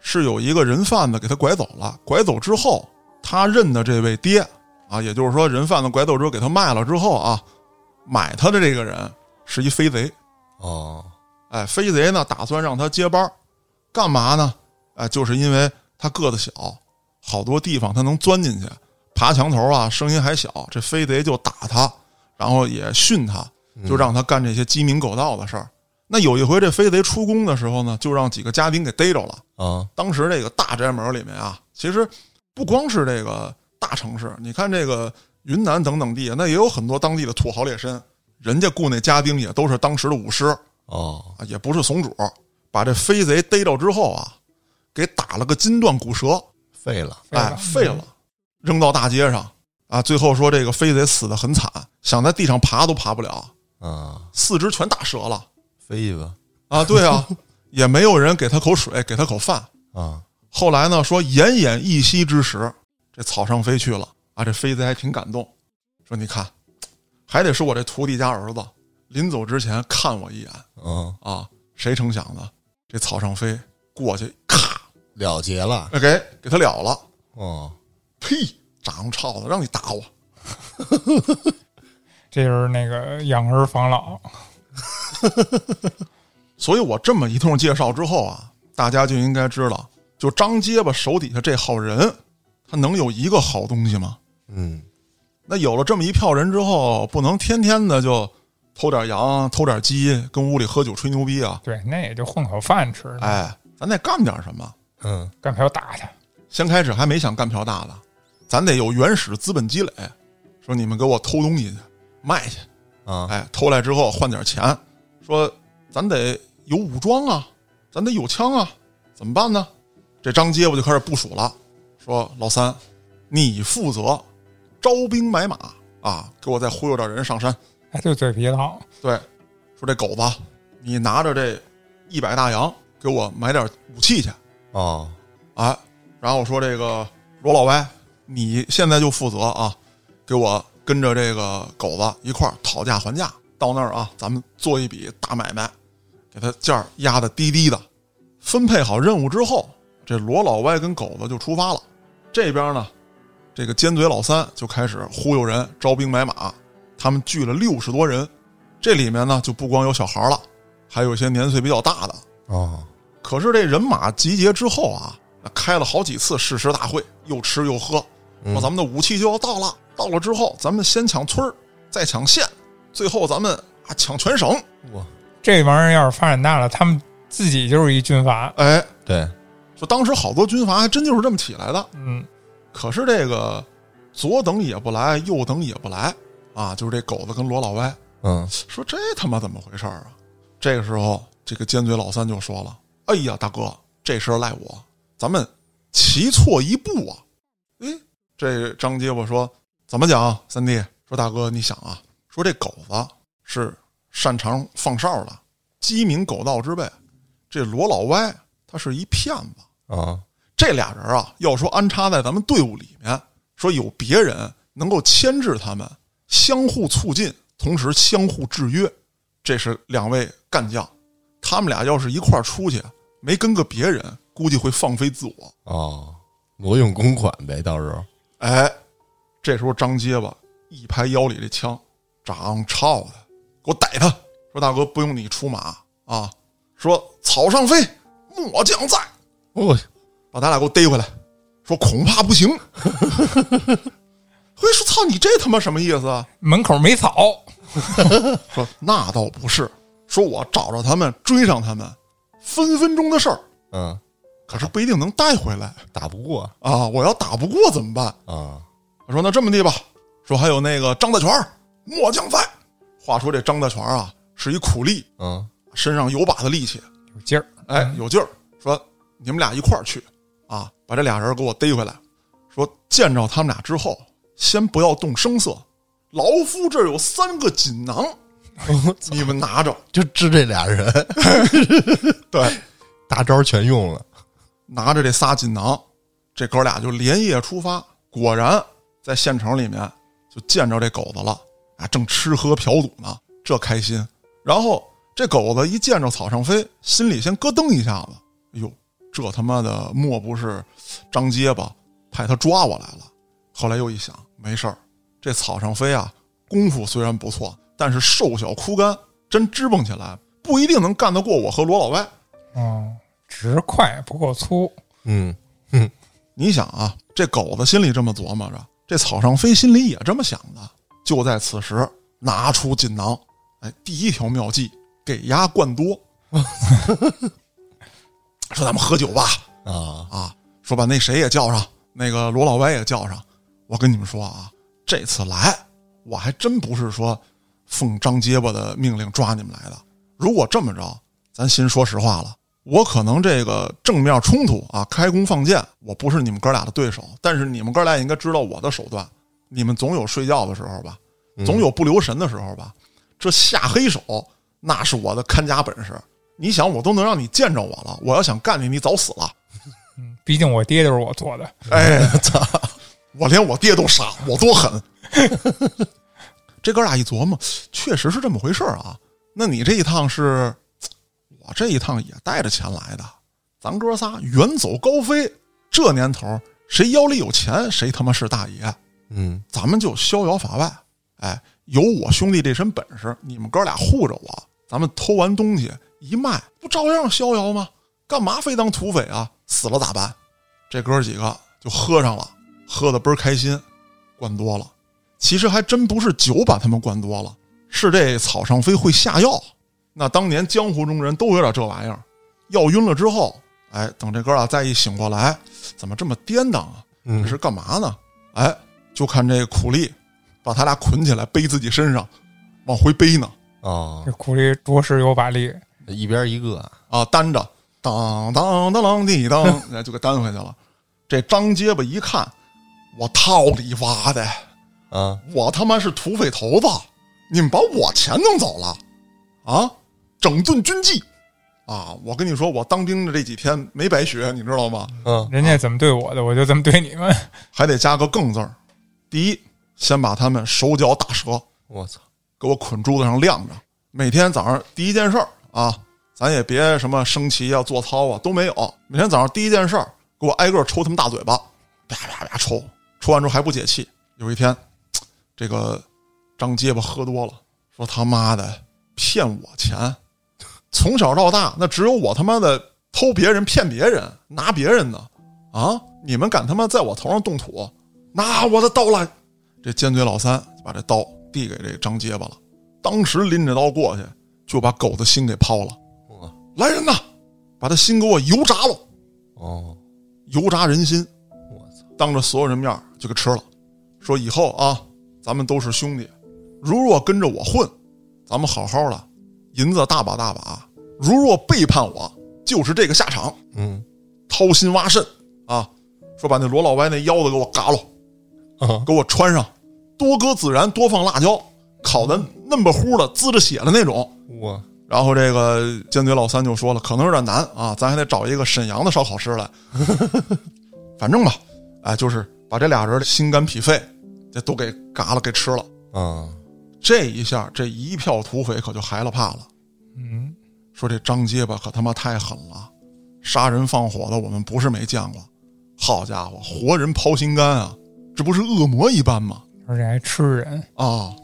[SPEAKER 1] 是有一个人贩子给他拐走了。拐走之后，他认的这位爹啊，也就是说人贩子拐走之后给他卖了之后啊，买他的这个人是一飞贼。
[SPEAKER 2] 哦，
[SPEAKER 1] 哎，飞贼呢打算让他接班儿，干嘛呢？哎，就是因为他个子小，好多地方他能钻进去，爬墙头啊，声音还小，这飞贼就打他，然后也训他，就让他干这些鸡鸣狗盗的事儿。那有一回，这飞贼出宫的时候呢，就让几个家丁给逮着了。
[SPEAKER 2] 啊，
[SPEAKER 1] 当时这个大宅门里面啊，其实不光是这个大城市，你看这个云南等等地，那也有很多当地的土豪劣绅，人家雇那家丁也都是当时的武师，
[SPEAKER 2] 哦，
[SPEAKER 1] 啊，也不是怂主，把这飞贼逮着之后啊，给打了个筋断骨折，
[SPEAKER 2] 废了，
[SPEAKER 1] 哎，废了，扔到大街上啊。最后说这个飞贼死得很惨，想在地上爬都爬不了，
[SPEAKER 2] 啊，
[SPEAKER 1] 四肢全打折了
[SPEAKER 2] 飞吧，
[SPEAKER 1] 啊。对啊，也没有人给他口水，给他口饭。
[SPEAKER 2] 啊，
[SPEAKER 1] 后来呢，说奄奄一息之时，这草上飞去了啊。这飞贼还挺感动，说你看，还得是我这徒弟家儿子，临走之前看我一眼
[SPEAKER 2] 嗯，
[SPEAKER 1] 啊。谁成想呢，这草上飞过去，咔
[SPEAKER 2] 了结了，
[SPEAKER 1] 哎，给给他了了，
[SPEAKER 2] 哦，
[SPEAKER 1] 呸！长操的，让你打我！
[SPEAKER 3] 这就是那个养儿防老，
[SPEAKER 1] 所以我这么一通介绍之后啊，大家就应该知道，就张结巴手底下这号人，他能有一个好东西吗？
[SPEAKER 2] 嗯，
[SPEAKER 1] 那有了这么一票人之后，不能天天的就偷点羊、偷点鸡，跟屋里喝酒吹牛逼啊！
[SPEAKER 3] 对，那也就混口饭吃，
[SPEAKER 1] 哎，咱得干点什么。
[SPEAKER 2] 嗯，
[SPEAKER 3] 干嘛要打他？
[SPEAKER 1] 先开始还没想干票大的，咱得有原始资本积累。说你们给我偷东西去，卖去，
[SPEAKER 2] 啊，
[SPEAKER 1] 哎，偷来之后换点钱，说咱得有武装啊，咱得有枪啊，怎么办呢？这张结巴就开始部署了，说老三，你负责招兵买马啊，给我再忽悠点人上山。
[SPEAKER 3] 他哎就嘴皮子，
[SPEAKER 1] 对，说这狗子，你拿着这一百大洋给我买点武器去
[SPEAKER 2] 哦，
[SPEAKER 1] 啊。然后说这个罗老歪，你现在就负责啊，给我跟着这个狗子一块儿讨价还价，到那儿啊，咱们做一笔大买卖，给他价儿压的低低的。分配好任务之后，这罗老歪跟狗子就出发了。这边呢，这个尖嘴老三就开始忽悠人、招兵买马，他们聚了六十多人。这里面呢，就不光有小孩了，还有一些年岁比较大的，
[SPEAKER 2] 哦，
[SPEAKER 1] 可是这人马集结之后啊，那开了好几次誓师大会，又吃又喝，说咱们的武器就要到了，到了之后咱们先抢村儿，再抢县，最后咱们啊抢全省。
[SPEAKER 2] 我，
[SPEAKER 3] 这玩意儿要是发展大了，他们自己就是一军阀，
[SPEAKER 1] 哎，
[SPEAKER 2] 对，
[SPEAKER 1] 说当时好多军阀还真就是这么起来的。
[SPEAKER 3] 嗯，
[SPEAKER 1] 可是这个左等也不来，右等也不来啊，就是这狗子跟罗老歪
[SPEAKER 2] 嗯，
[SPEAKER 1] 说这他妈怎么回事儿啊？这个时候，这个尖嘴老三就说了：“哎呀，大哥，这事儿赖我，咱们棋错一步啊！哎，这张结巴说怎么讲？三弟说大哥，你想啊，说这狗子是擅长放哨的，鸡鸣狗盗之辈。这罗老歪他是一骗子，
[SPEAKER 2] 啊，
[SPEAKER 1] 这俩人啊，要说安插在咱们队伍里面，说有别人能够牵制他们，相互促进，同时相互制约，这是两位干将。他们俩要是一块儿出去，没跟个别人，估计会放飞自我。
[SPEAKER 2] 哦，挪用公款呗，到时候
[SPEAKER 1] 哎，这时候张结巴一拍腰里这枪，张超的，给我逮他！说大哥，不用你出马啊！说草上飞，末将在，
[SPEAKER 2] 我、
[SPEAKER 1] 把咱俩给我逮回来。说恐怕不行。 嘿，说操，你这他妈什么意思啊？
[SPEAKER 3] 门口没草，
[SPEAKER 1] 说那倒不是，说我找着他们，追上他们，分分钟的事儿，
[SPEAKER 2] 嗯，
[SPEAKER 1] 可是不一定能带回来
[SPEAKER 2] 打不过
[SPEAKER 1] 啊！我要打不过怎么办？
[SPEAKER 2] 啊，
[SPEAKER 1] 我说那这么地吧，说还有那个张大全儿，末将在。话说这张大全儿啊，是一苦力，
[SPEAKER 2] 嗯
[SPEAKER 1] 身上有把子力气，
[SPEAKER 3] 有劲儿。
[SPEAKER 1] 哎，有劲儿。说你们俩一块儿去啊，把这俩人给我逮回来。说见着他们俩之后，先不要动声色，老夫这有三个锦囊，你们拿着。
[SPEAKER 2] 就治这俩人，
[SPEAKER 1] 对，
[SPEAKER 2] 大招全用了，
[SPEAKER 1] 拿着这仨锦囊，这哥俩就连夜出发。果然在县城里面就见着这狗子了，啊，正吃喝嫖赌呢，这开心。然后这狗子一见着草上飞，心里先咯噔一下子，哎呦，这他妈的莫不是张结巴派他抓我来了？后来又一想，没事儿，这草上飞啊，功夫虽然不错，但是瘦小枯干，真支蹦起来不一定能干得过我和罗老歪。
[SPEAKER 3] 哦，只是快不够粗，
[SPEAKER 2] 嗯
[SPEAKER 1] 你想啊，这狗子心里这么琢磨着，这草上飞心里也这么想的。就在此时，拿出锦囊，哎，第一条妙计，给鸭灌多。 说咱们喝酒吧，
[SPEAKER 2] 啊，
[SPEAKER 1] 啊，说把那谁也叫上，那个罗老歪也叫上。我跟你们说啊，这次来我还真不是说奉张结巴的命令抓你们来的。如果这么着，咱心说实话了，我可能这个正面冲突啊，开弓放箭，我不是你们哥俩的对手，但是你们哥俩也应该知道我的手段。你们总有睡觉的时候吧，总有不留神的时候吧。这下黑手那是我的看家本事。你想，我都能让你见着我了，我要想干你，你早死了。
[SPEAKER 3] 毕竟我爹就是我做的。
[SPEAKER 1] 哎，操！我连我爹都杀，我多狠！这哥俩一琢磨，确实是这么回事儿啊。那你这一趟是，我这一趟也带着钱来的。咱哥仨远走高飞，这年头谁腰里有钱，谁他妈是大爷。
[SPEAKER 2] 嗯
[SPEAKER 1] 咱们就逍遥法外。哎，有我兄弟这身本事，你们哥俩护着我，咱们偷完东西一卖，不照样逍遥吗？干嘛非当土匪啊？死了咋办？这哥几个就喝上了，喝的倍儿开心，灌多了。其实还真不是酒把他们灌多了，是这草上飞会下药。那当年江湖中人都有点这玩意儿，药晕了之后，哎，等这哥俩再一醒过来，怎么这么颠当啊？
[SPEAKER 2] 嗯
[SPEAKER 1] 这是干嘛呢？哎，就看这苦力把他俩捆起来背自己身上，往回背呢
[SPEAKER 2] 啊
[SPEAKER 3] 这，苦力着实有把力，
[SPEAKER 2] 一边一个，
[SPEAKER 1] 啊，担着当当当当地当，哎就给担回去了。这张结巴一看，我套你妈的，
[SPEAKER 2] 啊，
[SPEAKER 1] 我他妈是土匪头子，你们把我钱弄走了啊！整顿军纪啊！我跟你说，我当兵的这几天没白学，你知道吗？
[SPEAKER 2] 嗯
[SPEAKER 3] 人家怎么对我的，我就怎么对你们。
[SPEAKER 1] 还得加个更字儿。第一，先把他们手脚打折，
[SPEAKER 2] 我操，
[SPEAKER 1] 给我捆柱子上晾着。每天早上第一件事儿啊，咱也别什么升旗啊、做操啊都没有。每天早上第一件事儿，给我挨个抽他们大嘴巴，啪啪啪抽，抽完之后还不解气。有一天，这个张结巴喝多了，说他妈的骗我钱，从小到大那只有我他妈的偷别人、骗别人、拿别人的啊！你们敢他妈在我头上动土，拿我的刀来！这尖嘴老三就把这刀递给这张结巴了，当时拎着刀过去就把狗的心给抛了。
[SPEAKER 2] 哇
[SPEAKER 1] 来人呐，把他心给我油炸了，
[SPEAKER 2] 哦，
[SPEAKER 1] 油炸人心，
[SPEAKER 2] 我操，
[SPEAKER 1] 当着所有人面儿就给吃了。说以后啊，咱们都是兄弟，如若跟着我混，咱们好好的，银子大把大把；如若背叛我，就是这个下场。
[SPEAKER 2] 嗯
[SPEAKER 1] 掏心挖肾啊！说把那罗老歪那腰子给我嘎喽，
[SPEAKER 2] 啊
[SPEAKER 1] 给我穿上，多搁孜然，多放辣椒，烤的嫩不乎的，滋着血的那种。
[SPEAKER 2] 我
[SPEAKER 1] 然后这个坚决老三就说了，可能有点难啊，咱还得找一个沈阳的烧烤师来。 反正吧，哎，就是把这俩人的心肝脾肺，这都给嘎了，给吃了。
[SPEAKER 2] 啊，
[SPEAKER 1] 这一下，这一票土匪可就害了怕了，
[SPEAKER 3] 嗯，
[SPEAKER 1] 说这张结巴可他妈太狠了，杀人放火的我们不是没见过，好家伙，活人抛心肝啊，这不是恶魔一般吗？
[SPEAKER 3] 而且还吃人，
[SPEAKER 1] 啊，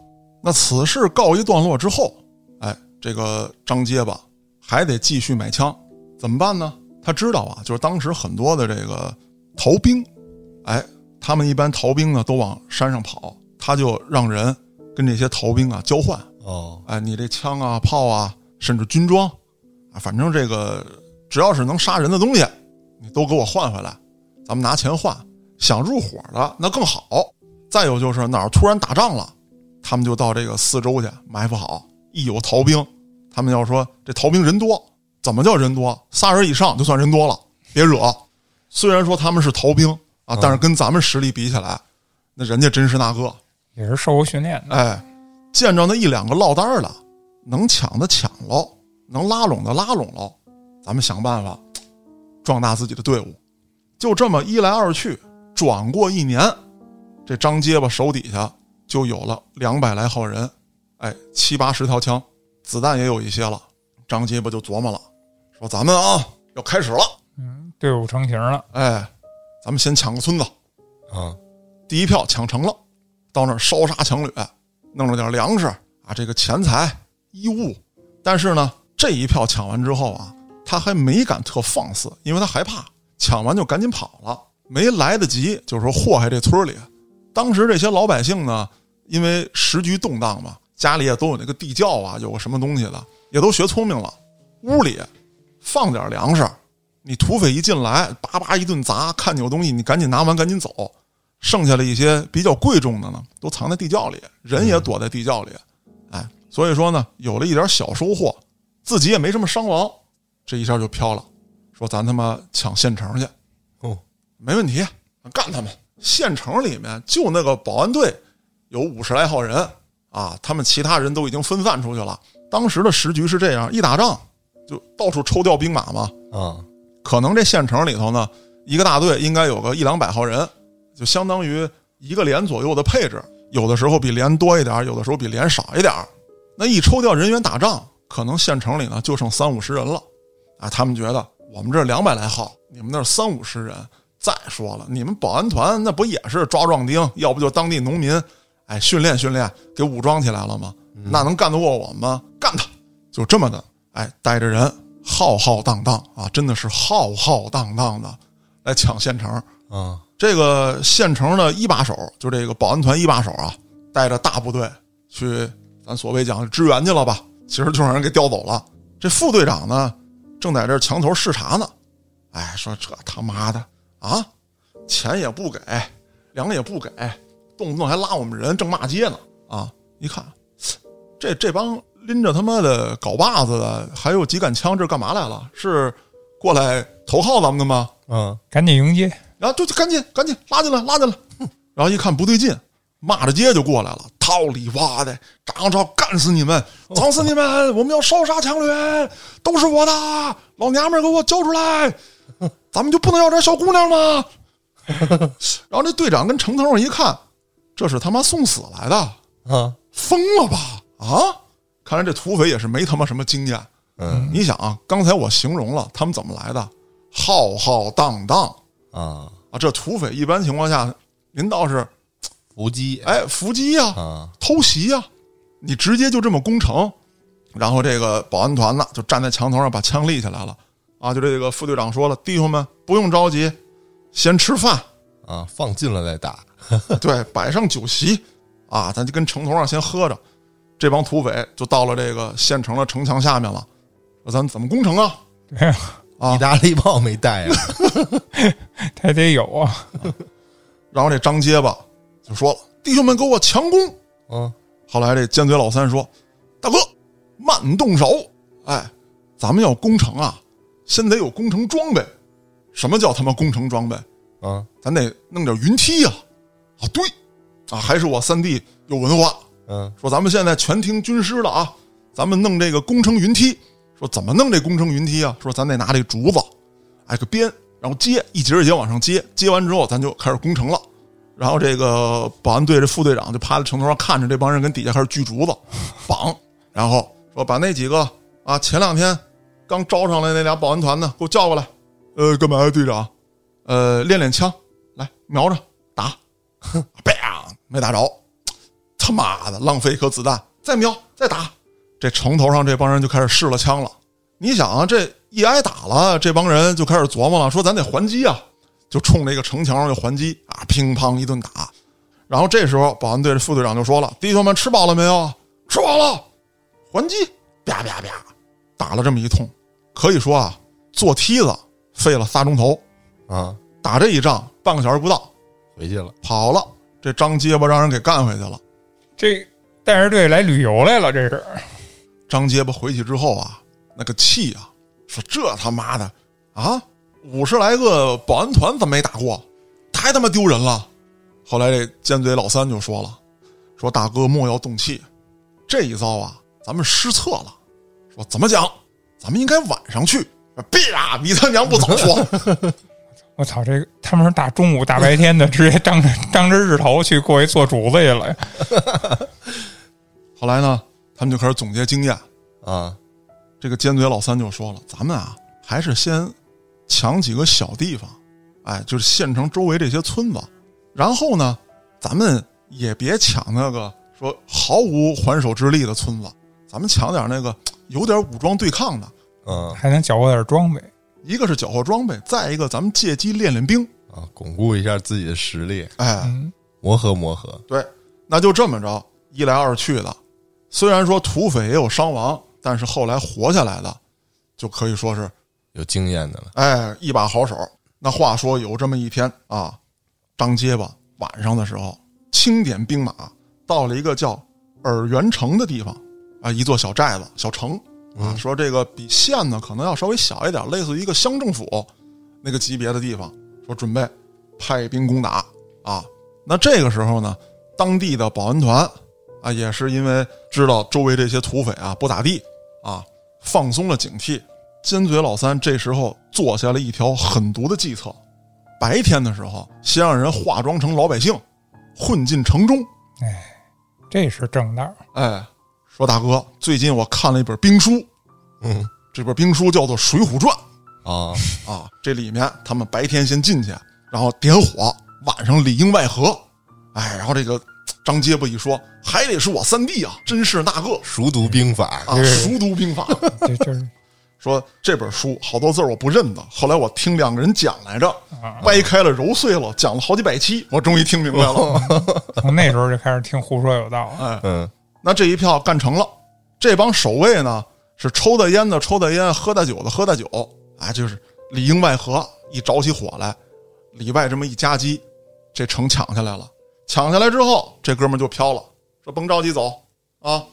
[SPEAKER 1] 那此事告一段落之后，哎，这个张结巴还得继续买枪，怎么办呢？他知道啊，就是当时很多的这个逃兵，哎，他们一般逃兵呢都往山上跑，他就让人跟这些逃兵啊交换，
[SPEAKER 2] 哦，
[SPEAKER 1] 哎，你这枪啊、炮啊，甚至军装啊，反正这个只要是能杀人的东西，你都给我换回来，咱们拿钱换。想入伙的那更好。再有就是哪儿突然打仗了，他们就到这个四周去埋伏好，一有逃兵，他们要说这逃兵人多，怎么叫人多？仨人以上就算人多了，别惹。虽然说他们是逃兵啊，但是跟咱们实力比起来，那人家真是那个。
[SPEAKER 3] 也是受过训练的，
[SPEAKER 1] 哎，见着那一两个落单儿的，能抢的抢喽，能拉拢的拉拢喽，咱们想办法壮大自己的队伍。就这么一来二去，转过一年，这张结巴手底下就有了两百来号人，哎，七八十条枪，子弹也有一些了。张结巴就琢磨了，说咱们啊要开始了，
[SPEAKER 3] 嗯，队伍成型了，
[SPEAKER 1] 哎，咱们先抢个村子，
[SPEAKER 2] 啊，
[SPEAKER 1] 第一票抢成了，到那儿烧杀抢掠，弄了点粮食啊，这个钱财衣物。但是呢，这一票抢完之后啊，他还没敢特放肆，因为他害怕，抢完就赶紧跑了，没来得及就是说祸害这村里。当时这些老百姓呢，因为时局动荡嘛，家里也都有那个地窖啊，有个什么东西的，也都学聪明了，屋里放点粮食。你土匪一进来，叭叭一顿砸，看见有东西，你赶紧拿完，赶紧走。剩下的一些比较贵重的呢，都藏在地窖里，人也躲在地窖里，哎，所以说呢，有了一点小收获，自己也没什么伤亡，这一下就飘了，说咱他妈抢县城去，
[SPEAKER 2] 哦，
[SPEAKER 1] 没问题，干他们！县城里面就那个保安队有五十来号人啊，他们其他人都已经分散出去了。当时的时局是这样，一打仗就到处抽调兵马嘛，
[SPEAKER 2] 啊，
[SPEAKER 1] 可能这县城里头呢，一个大队应该有个一两百号人，就相当于一个连左右的配置，有的时候比连多一点，有的时候比连少一点。那一抽调人员打仗，可能县城里呢就剩三五十人了。啊，他们觉得我们这两百来号，你们那儿三五十人。再说了，你们保安团那不也是抓壮丁，要不就当地农民，哎，训练训练，给武装起来了吗？那能干得过我们吗？干他！就这么的，哎，带着人浩浩荡荡啊，真的是浩浩荡荡的来抢县城。
[SPEAKER 2] 啊，
[SPEAKER 1] 这个县城的一把手，就这个保安团一把手啊，带着大部队去，咱所谓讲支援去了吧，其实就让人给调走了。这副队长呢，正在这墙头视察呢，哎，说这他妈的啊，钱也不给，粮也不给，动不动还拉我们人，正骂街呢啊！一看，这这帮拎着他妈的镐把子的，还有几杆枪，这干嘛来了？是过来投靠咱们的吗？
[SPEAKER 2] 啊，
[SPEAKER 3] 赶紧迎接，
[SPEAKER 1] 然后就就赶紧赶紧拉进来拉进来，哼然后一看不对劲，骂着街就过来了，套里哇的，张昭干死你们，整死你们，我们要烧杀抢掠，都是我的，老娘们儿给我交出来，咱们就不能要这小姑娘吗？ 然后这队长跟程头儿一看，这是他妈送死来的，
[SPEAKER 2] 啊，
[SPEAKER 1] 疯了吧？啊！看来这土匪也是没他妈什么经验。
[SPEAKER 2] 嗯，
[SPEAKER 1] 你想啊，刚才我形容了他们怎么来的，浩浩荡荡。
[SPEAKER 2] 啊，
[SPEAKER 1] 啊，这土匪一般情况下，您倒是
[SPEAKER 2] 伏击，
[SPEAKER 1] 哎伏击呀、
[SPEAKER 2] 啊，
[SPEAKER 1] 偷袭呀、你直接就这么攻城，然后这个保安团呢就站在墙头上把枪立起来了，啊，就这个副队长说了，弟兄们不用着急，先吃饭，
[SPEAKER 2] 啊，放近了再打，
[SPEAKER 1] 对，摆上酒席，啊，咱就跟城头上先喝着。这帮土匪就到了这个县城的城墙下面了，说咱怎么攻城啊？
[SPEAKER 3] 对啊，
[SPEAKER 1] 啊
[SPEAKER 2] 意大利炮没带啊，
[SPEAKER 3] 他得有啊，
[SPEAKER 1] 然后这张结巴就说了，弟兄们给我强攻，
[SPEAKER 2] 啊，
[SPEAKER 1] 后来这尖嘴老三说：“大哥，慢动手！哎，咱们要攻城啊，先得有工程装备。什么叫他妈工程装备？
[SPEAKER 2] 啊，
[SPEAKER 1] 咱得弄点云梯呀、啊！对，啊，还是我三弟有文化，
[SPEAKER 2] 嗯
[SPEAKER 1] 说咱们现在全听军师了啊，咱们弄这个工程云梯。说怎么弄这工程云梯啊？说咱得拿这个竹子，挨个编，然后接一节一节往上接，接完之后咱就开始工程了。然后这个保安队这副队长就趴在城头上看着这帮人跟底下开始锯竹子、绑，然后说把那几个啊前两天刚招上来那俩保安团呢给我叫过来。呃，干嘛呀，队长？呃，练练枪，来瞄着打， 啪，没打着。他妈的，浪费一颗子弹，再瞄，再打。这城头上这帮人就开始试了枪了。你想啊，这一挨打了，这帮人就开始琢磨了，说咱得还击啊，就冲这个城墙上就还击啊，乒乓一顿打。然后这时候保安队的副队长就说了：“弟兄们，吃饱了没有？吃饱了，还击！啪啪啪，打了这么一通，可以说啊，坐梯子费了仨钟头，
[SPEAKER 2] 啊，
[SPEAKER 1] 打这一仗半个小时不到，
[SPEAKER 2] 回去了，
[SPEAKER 1] 跑了。这张结巴让人给干回去了。
[SPEAKER 3] 这带着队来旅游来了，这是
[SPEAKER 1] 张结巴回去之后啊，那个气啊，说这他妈的啊，五十来个保安团怎么没打过？太他妈丢人了！后来这尖嘴老三就说了，说大哥莫要动气，这一遭啊，咱们失策了。说怎么讲？咱们应该晚上去。啪！你他娘不早说，
[SPEAKER 3] 我操，这个他们是大中午大白天的，直接当着当着日头去过去做主子去了。
[SPEAKER 1] 后来呢，他们就开始总结经验。
[SPEAKER 2] 啊，
[SPEAKER 1] 这个尖嘴老三就说了：“咱们啊，还是先抢几个小地方，哎，就是县城周围这些村子，然后呢，咱们也别抢那个说毫无还手之力的村子，咱们抢点那个有点武装对抗的。
[SPEAKER 2] 嗯
[SPEAKER 3] 还能缴获点装备。
[SPEAKER 1] 一个是缴获装备，再一个咱们借机练练兵。
[SPEAKER 2] 啊，巩固一下自己的实力，
[SPEAKER 1] 哎，
[SPEAKER 3] 嗯，
[SPEAKER 2] 磨合磨合，
[SPEAKER 1] 对，那就这么着，一来二去的。虽然说土匪也有伤亡，但是后来活下来的，就可以说是
[SPEAKER 2] 有经验的了，
[SPEAKER 1] 哎，一把好手。那话说有这么一天啊，张结巴晚上的时候，清点兵马到了一个叫尔原城的地方啊，一座小寨子、小城啊，说这个比县呢可能要稍微小一点，类似于一个乡政府那个级别的地方，说准备派兵攻打啊。那这个时候呢，当地的保安团啊，也是因为知道周围这些土匪啊不咋地啊，放松了警惕，尖嘴老三这时候做下了一条狠毒的计策：白天的时候，先让人化妆成老百姓，混进城中。
[SPEAKER 3] 这是正道。
[SPEAKER 1] 哎，说大哥，最近我看了一本兵书，
[SPEAKER 2] 嗯
[SPEAKER 1] 这本兵书叫做《水浒传
[SPEAKER 2] 啊，》
[SPEAKER 1] 啊。这里面他们白天先进去，然后点火，晚上里应外合。哎，然后这个嘖张结巴一说，还得是我三弟啊，真是那个
[SPEAKER 2] 熟读兵法，
[SPEAKER 1] 啊，熟读兵法。
[SPEAKER 3] 这就是
[SPEAKER 1] 说这本书好多字儿我不认得，后来我听两个人讲来着
[SPEAKER 3] 啊，
[SPEAKER 1] 掰开了揉碎了，讲了好几百期，我终于听明白了。
[SPEAKER 3] 从那时候就开始听胡说有道了。
[SPEAKER 1] 哎，
[SPEAKER 2] 嗯
[SPEAKER 1] 那这一票干成了，这帮守卫呢是抽大烟的抽大烟，喝大酒的喝大酒，哎，就是里应外合，一着起火来，里外这么一夹击，这城抢下来了。抢下来之后，这哥们儿就飘了，说甭着急走啊，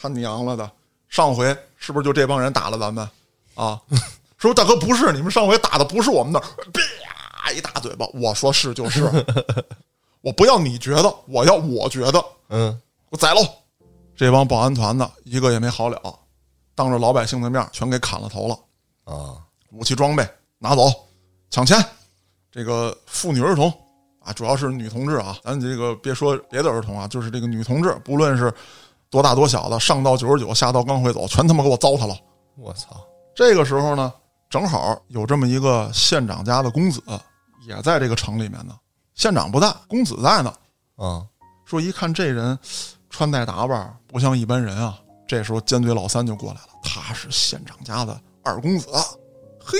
[SPEAKER 1] 他娘了的，上回是不是就这帮人打了咱们啊？ 说大哥不是，你们上回打的不是我们那儿，啪一大嘴巴，我说是就是， 我不要你觉得，我要我觉得。
[SPEAKER 2] 嗯，
[SPEAKER 1] 给我宰喽！这帮保安团的一个也没好了，当着老百姓的面全给砍了头了，
[SPEAKER 2] 啊，
[SPEAKER 1] 武器装备拿走，抢钱，这个妇女儿童啊，主要是女同志啊，咱这个别说别的儿童啊，就是这个女同志，不论是多大多小的，上到九十九，下到刚会走，全他妈给我糟蹋了。
[SPEAKER 2] 我操，
[SPEAKER 1] 这个时候呢，正好有这么一个县长家的公子也在这个城里面呢，县长不在，公子在呢，
[SPEAKER 2] 啊，
[SPEAKER 1] 说一看这人穿戴打扮不像一般人啊。这时候尖嘴老三就过来了，他是县长家的二公子。嘿，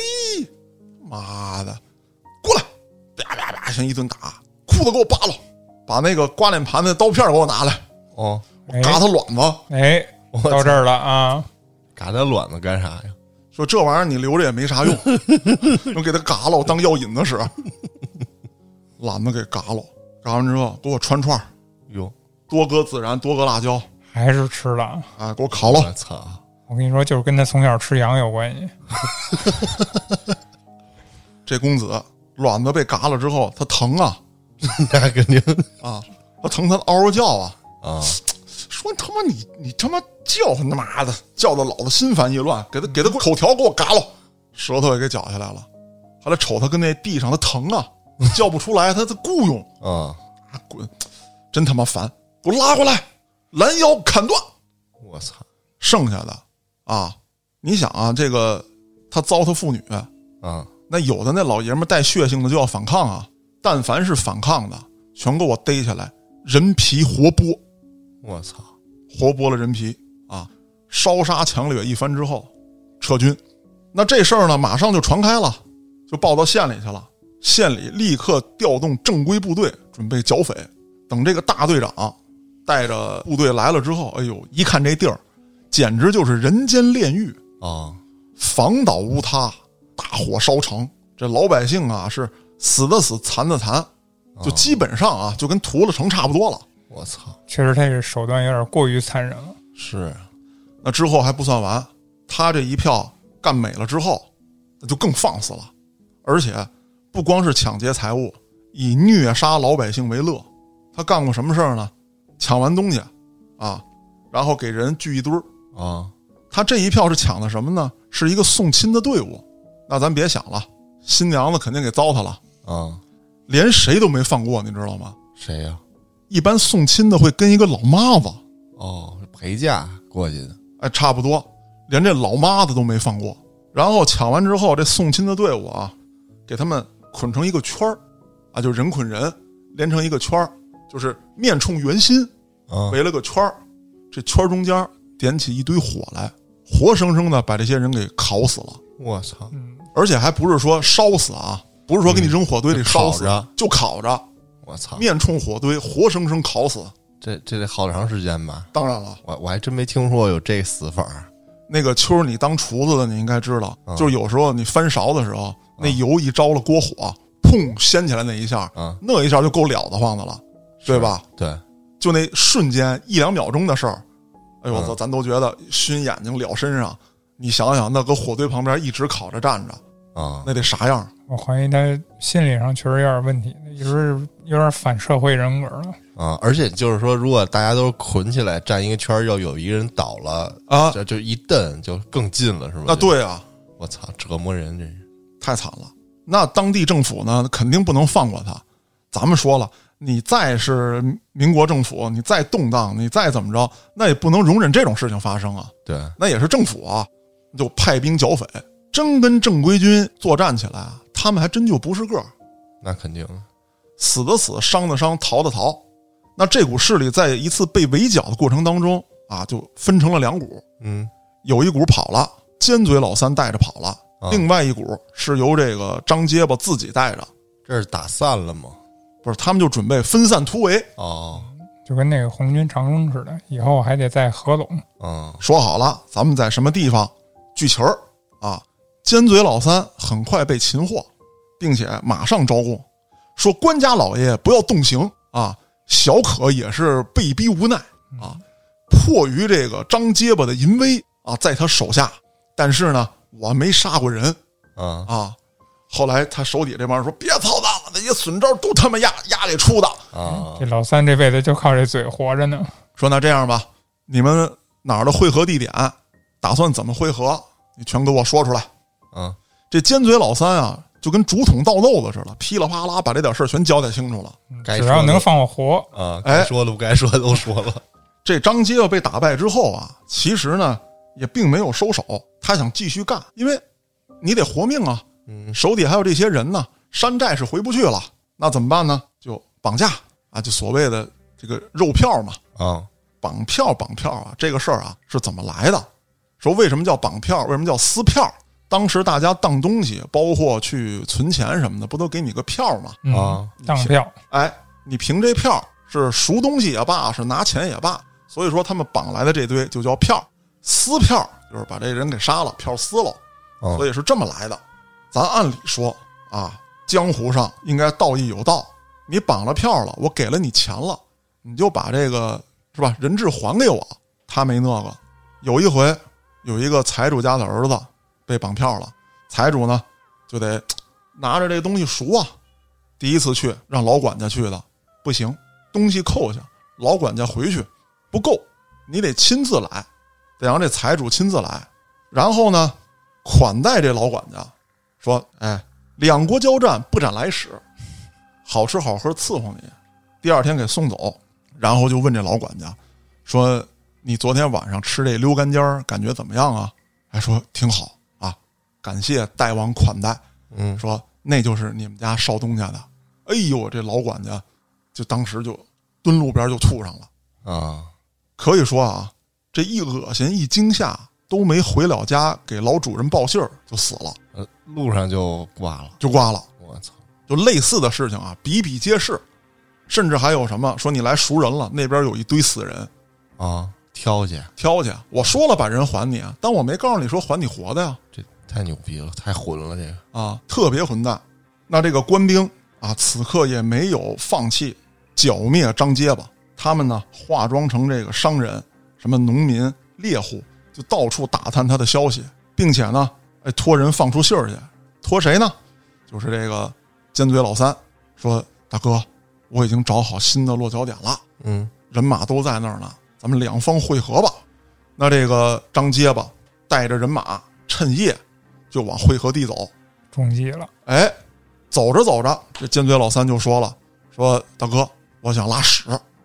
[SPEAKER 1] 妈的，过来，啪啪啪，先一顿打，裤子给我扒了，把那个刮脸盘的刀片给我拿来，
[SPEAKER 2] 哦，
[SPEAKER 3] 哎
[SPEAKER 1] 嘎他卵子。
[SPEAKER 3] 哎，
[SPEAKER 2] 我
[SPEAKER 3] 到
[SPEAKER 2] 操
[SPEAKER 3] 这儿了啊！
[SPEAKER 2] 嘎他卵子干啥呀？
[SPEAKER 1] 说这玩意儿你留着也没啥用， 我给他嘎了，我当药引子使。 懒子给嘎了，嘎完之后给我穿串儿，
[SPEAKER 2] 哟，
[SPEAKER 1] 多搁孜然，多搁辣椒，
[SPEAKER 3] 还是吃了。
[SPEAKER 1] 啊，给我烤了。
[SPEAKER 2] 我操，
[SPEAKER 3] 我跟你说，就是跟他从小吃羊有关系。
[SPEAKER 1] 这公子卵子被嘎了之后，他疼啊
[SPEAKER 2] 那肯定
[SPEAKER 1] 啊，他疼，他嗷嗷叫啊，
[SPEAKER 2] 啊，
[SPEAKER 1] 说他妈你你他妈叫他妈的，叫的老子心烦意乱，给他给他口条给我嘎了，舌头也给绞下来了，后来瞅他跟那地上，他疼啊，叫不出来，他他雇佣
[SPEAKER 2] 啊，
[SPEAKER 1] 啊滚，真他妈烦，给我拉过来，拦腰砍断，
[SPEAKER 2] 我操
[SPEAKER 1] 剩下的啊，你想啊，这个他糟蹋妇女，
[SPEAKER 2] 啊，
[SPEAKER 1] 那有的那老爷们儿带血性的就要反抗啊，但凡是反抗的，全给我逮起来，人皮活剥，
[SPEAKER 2] 我操，
[SPEAKER 1] 活剥了人皮啊，烧杀抢掠一番之后，撤军。那这事儿呢，马上就传开了，就报到县里去了。县里立刻调动正规部队，准备剿匪。等这个大队长带着部队来了之后，哎呦，一看这地儿，简直就是人间炼狱。
[SPEAKER 2] 啊，
[SPEAKER 1] 房倒屋塌，大火烧城，这老百姓啊是死的死，残的残，就基本上啊就跟屠了城差不多了。
[SPEAKER 2] 我操，
[SPEAKER 3] 确实他这手段有点过于残忍了。
[SPEAKER 2] 是
[SPEAKER 1] 那之后还不算完，他这一票干美了之后，那就更放肆了，而且不光是抢劫财物，以虐杀老百姓为乐。他干过什么事儿呢？抢完东西啊，然后给人聚一堆儿，
[SPEAKER 2] 啊，
[SPEAKER 1] 他这一票是抢的什么呢？是一个送亲的队伍。那咱别想了，新娘子肯定给糟蹋了，
[SPEAKER 2] 啊，
[SPEAKER 1] 连谁都没放过，你知道吗？
[SPEAKER 2] 谁呀？
[SPEAKER 1] 一般送亲的会跟一个老妈子，
[SPEAKER 2] 哦，陪嫁过去的，
[SPEAKER 1] 哎，差不多，连这老妈子都没放过。然后抢完之后，这送亲的队伍啊，给他们捆成一个圈儿，啊，就人捆人，连成一个圈儿，就是面冲圆心，
[SPEAKER 2] 啊
[SPEAKER 1] 围了个圈儿，这圈儿中间儿点起一堆火来，活生生的把这些人给烤死了。
[SPEAKER 2] 我操，
[SPEAKER 1] 而且还不是说烧死啊，不是说给你扔火堆里烧死，
[SPEAKER 2] 嗯烤着
[SPEAKER 1] 就烤着，
[SPEAKER 2] 我操，
[SPEAKER 1] 面冲火堆，活生生烤死。
[SPEAKER 2] 这这得好长时间吧？
[SPEAKER 1] 当然了，
[SPEAKER 2] 我我还真没听说有这死法儿
[SPEAKER 1] 那个秋儿你当厨子的，你应该知道，就是有时候你翻勺的时候，那油一着了锅火，砰掀起来那一下，
[SPEAKER 2] 啊，
[SPEAKER 1] 那一下就够了得慌的了，对吧？
[SPEAKER 2] 对，
[SPEAKER 1] 就那瞬间一两秒钟的事儿，哎呦我操，
[SPEAKER 2] 嗯
[SPEAKER 1] 咱都觉得熏眼睛燎身上。你想想，那搁火堆旁边一直烤着站着，
[SPEAKER 2] 啊，
[SPEAKER 1] 那得啥样？
[SPEAKER 3] 我怀疑他心理上确实有点问题，有时候有点反社会人格了。
[SPEAKER 2] 啊，而且就是说，如果大家都捆起来站一个圈儿，要有一个人倒了
[SPEAKER 1] 啊
[SPEAKER 2] 这就一蹬就更近了，是吗？
[SPEAKER 1] 那
[SPEAKER 2] 就，
[SPEAKER 1] 对啊，
[SPEAKER 2] 我操，折磨人这是
[SPEAKER 1] 太惨了。那当地政府呢，肯定不能放过他。咱们说了，你再是民国政府，你再动荡，你再怎么着，那也不能容忍这种事情发生啊。
[SPEAKER 2] 对，
[SPEAKER 1] 那也是政府啊，就派兵剿匪，真跟正规军作战起来啊，他们还真就不是个儿，
[SPEAKER 2] 那肯定
[SPEAKER 1] 死的死，伤的伤，逃的逃。那这股势力在一次被围剿的过程当中啊，就分成了两股，
[SPEAKER 2] 嗯
[SPEAKER 1] 有一股跑了，尖嘴老三带着跑了，
[SPEAKER 2] 啊
[SPEAKER 1] 另外一股是由这个张结巴自己带着。
[SPEAKER 2] 这是打散了吗？
[SPEAKER 1] 不是，他们就准备分散突围，
[SPEAKER 2] 哦，
[SPEAKER 3] 就跟那个红军长征似的，以后还得再合拢。
[SPEAKER 2] 嗯
[SPEAKER 1] 说好了，咱们在什么地方聚齐儿啊？尖嘴老三很快被擒获，并且马上招供，说官家老爷不要动刑啊！小可也是被逼无奈啊，迫于这个张结巴的淫威啊，在他手下，但是呢，我没杀过人
[SPEAKER 2] 啊
[SPEAKER 1] 啊。后来他手底下这帮人说：“别操蛋了，那些损招都他妈丫丫给出的。”
[SPEAKER 2] 啊
[SPEAKER 3] 这老三这辈子就靠这嘴活着呢。
[SPEAKER 1] 说那这样吧，你们哪儿的会合地点，打算怎么会合，你全给我说出来。
[SPEAKER 2] 啊
[SPEAKER 1] 这尖嘴老三啊，就跟竹筒倒豆子似的，噼里啪啦把这点事儿全交代清楚了。
[SPEAKER 2] 该
[SPEAKER 3] 只
[SPEAKER 2] 说
[SPEAKER 3] 要
[SPEAKER 2] 的
[SPEAKER 3] 能放我活，
[SPEAKER 2] 啊！
[SPEAKER 1] 哎
[SPEAKER 2] 该说的不该说的都说了，
[SPEAKER 1] 这张接被打败之后啊，其实呢也并没有收手，他想继续干，因为你得活命啊，
[SPEAKER 2] 嗯
[SPEAKER 1] 手底还有这些人呢，山寨是回不去了，那怎么办呢？就绑架啊，就所谓的这个肉票嘛，
[SPEAKER 2] 啊
[SPEAKER 1] 绑票绑票啊，这个事儿啊是怎么来的？说为什么叫绑票？为什么叫撕票？当时大家当东西，包括去存钱什么的，不都给你个票吗？
[SPEAKER 3] 嗯，
[SPEAKER 2] 啊
[SPEAKER 3] 当票
[SPEAKER 1] 哎，你凭这票是赎东西也罢，是拿钱也罢，所以说他们绑来的这堆就叫票，撕票就是把这人给杀了，票撕了，
[SPEAKER 2] 哦
[SPEAKER 1] 所以是这么来的。咱按理说啊，江湖上应该道义有道，你绑了票了，我给了你钱了，你就把这个是吧人质还给我。他没那个，有一回有一个财主家的儿子被绑票了，财主呢就得拿着这东西赎啊。第一次去让老管家去的，不行，东西扣下，老管家回去不够，你得亲自来，得让这财主亲自来。然后呢，款待这老管家，说：“哎，两国交战不斩来使，好吃好喝伺候你。”第二天给送走，然后就问这老管家说：“你昨天晚上吃这溜干尖儿，感觉怎么样啊？”还说挺好啊，感谢大王款待。
[SPEAKER 2] 嗯，
[SPEAKER 1] 说那就是你们家少东家的。哎呦，这老管家就当时就蹲路边就吐上了。
[SPEAKER 2] 啊，
[SPEAKER 1] 可以说啊，这一恶心一惊吓都没回了家，给老主人报信儿就死了，
[SPEAKER 2] 呃路上就挂了，
[SPEAKER 1] 就挂了。
[SPEAKER 2] 我操，
[SPEAKER 1] 就类似的事情啊，比比皆是。甚至还有什么说你来赎人了，那边有一堆死人，
[SPEAKER 2] 啊，挑去，
[SPEAKER 1] 挑去。我说了把人还你啊，但我没告诉你说还你活的呀。
[SPEAKER 2] 这太牛逼了，太混了，这个，
[SPEAKER 1] 啊，特别混蛋。那这个官兵啊，此刻也没有放弃剿灭张结巴，他们呢化妆成这个商人、什么农民、猎户，就到处打探他的消息，并且呢，哎，托人放出信儿去，托谁呢？就是这个尖嘴老三，说大哥，我已经找好新的落脚点了。
[SPEAKER 2] 嗯
[SPEAKER 1] 人马都在那儿呢，咱们两方会合吧。那这个张结巴带着人马，趁夜就往会合地走。
[SPEAKER 3] 中计了，
[SPEAKER 1] 哎，走着走着，这尖嘴老三就说了：“说大哥，我想拉屎。”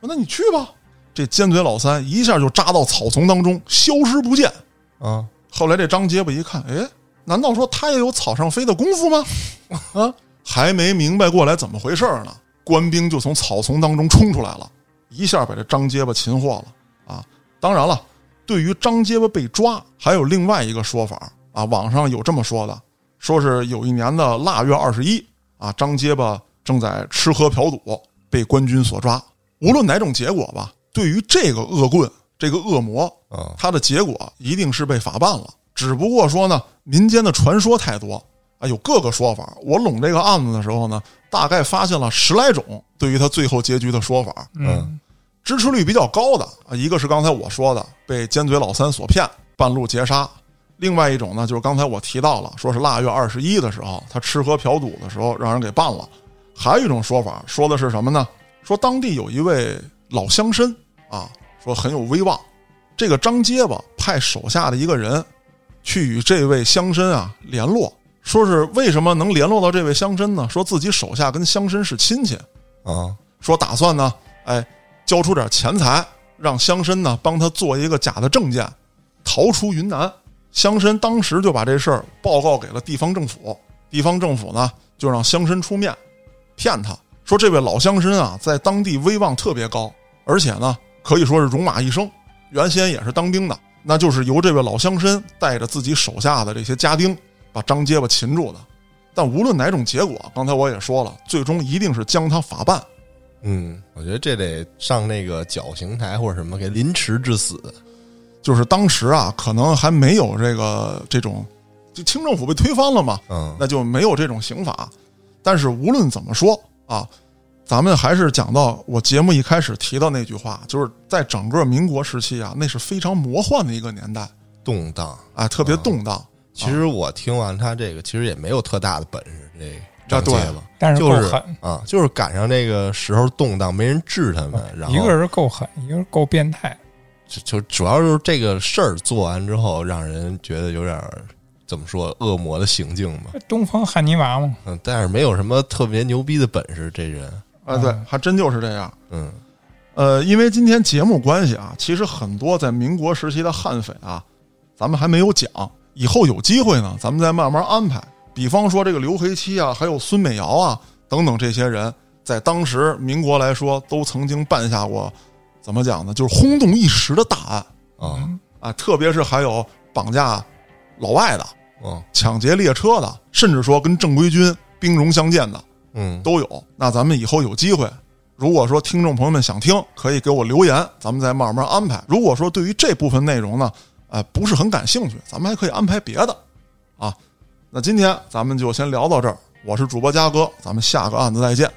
[SPEAKER 1] 说那你去吧。这尖嘴老三一下就扎到草丛当中，消失不见。
[SPEAKER 2] 啊，
[SPEAKER 1] 后来这张结巴一看，哎，难道说他也有草上飞的功夫吗？啊，还没明白过来怎么回事儿呢，官兵就从草丛当中冲出来了，一下把这张结巴擒获了啊！当然了，对于张结巴被抓，还有另外一个说法啊，网上有这么说的，说是有一年的腊月二十一啊，张结巴正在吃喝嫖赌，被官军所抓。无论哪种结果吧，对于这个恶棍、这个恶魔
[SPEAKER 2] 啊，
[SPEAKER 1] 他的结果一定是被法办了。只不过说呢，民间的传说太多啊，有各个说法。我拢这个案子的时候呢，大概发现了十来种对于他最后结局的说法。
[SPEAKER 3] 嗯，
[SPEAKER 1] 支持率比较高的啊，一个是刚才我说的被尖嘴老三所骗，半路截杀；另外一种呢，就是刚才我提到了，说是腊月二十一的时候，他吃喝嫖赌的时候让人给办了。还有一种说法说的是什么呢？说当地有一位老乡绅啊，说很有威望，这个张结巴派手下的一个人去与这位乡绅啊联络，说是为什么能联络到这位乡绅呢？说自己手下跟乡绅是亲戚，
[SPEAKER 2] 啊，
[SPEAKER 1] 说打算呢，哎，交出点钱财，让乡绅呢帮他做一个假的证件，逃出云南。乡绅当时就把这事儿报告给了地方政府，地方政府呢就让乡绅出面骗他，说这位老乡绅啊在当地威望特别高，而且呢可以说是戎马一生，原先也是当兵的，那就是由这位老乡绅带着自己手下的这些家丁把张结巴擒住的。但无论哪种结果，刚才我也说了，最终一定是将他法办。
[SPEAKER 2] 嗯，我觉得这得上那个绞刑台或者什么，给凌迟致死，
[SPEAKER 1] 就是当时啊，可能还没有这个这种，就清政府被推翻了嘛，
[SPEAKER 2] 嗯，
[SPEAKER 1] 那就没有这种刑法。但是无论怎么说啊，咱们还是讲到我节目一开始提到那句话，就是在整个民国时期啊，那是非常魔幻的一个年代，
[SPEAKER 2] 动荡。
[SPEAKER 1] 啊，特别动荡。
[SPEAKER 2] 其
[SPEAKER 1] 啊
[SPEAKER 2] 实我听完他这个，其实也没有特大的本事，这个张结
[SPEAKER 1] 啊对
[SPEAKER 2] 巴，
[SPEAKER 3] 但是
[SPEAKER 2] 就
[SPEAKER 3] 够
[SPEAKER 2] 是
[SPEAKER 3] 狠，
[SPEAKER 2] 啊，就是赶上这个时候动荡，没人治他们，然后
[SPEAKER 3] 啊一个是够狠，一个是够变态，
[SPEAKER 2] 就就主要就是这个事儿做完之后，让人觉得有点儿怎么说恶魔的行径嘛。
[SPEAKER 3] 东方汉尼拔嘛，
[SPEAKER 2] 嗯，但是没有什么特别牛逼的本事，这人，
[SPEAKER 1] 啊，对，还真就是这样。
[SPEAKER 2] 嗯
[SPEAKER 1] 呃，因为今天节目关系啊，其实很多在民国时期的悍匪啊，咱们还没有讲，以后有机会呢，咱们再慢慢安排。比方说这个刘培基啊，还有孙美瑶啊等等这些人，在当时民国来说，都曾经办下过怎么讲呢，就是轰动一时的大案
[SPEAKER 2] 啊
[SPEAKER 1] 啊，特别是还有绑架老外的、
[SPEAKER 2] 哦
[SPEAKER 1] 抢劫列车的，甚至说跟正规军兵戎相见的，
[SPEAKER 2] 嗯，
[SPEAKER 1] 都有。那咱们以后有机会，如果说听众朋友们想听，可以给我留言，咱们再慢慢安排。如果说对于这部分内容呢，呃，不是很感兴趣，咱们还可以安排别的啊。那今天咱们就先聊到这儿，我是主播嘉哥，咱们下个案子再见。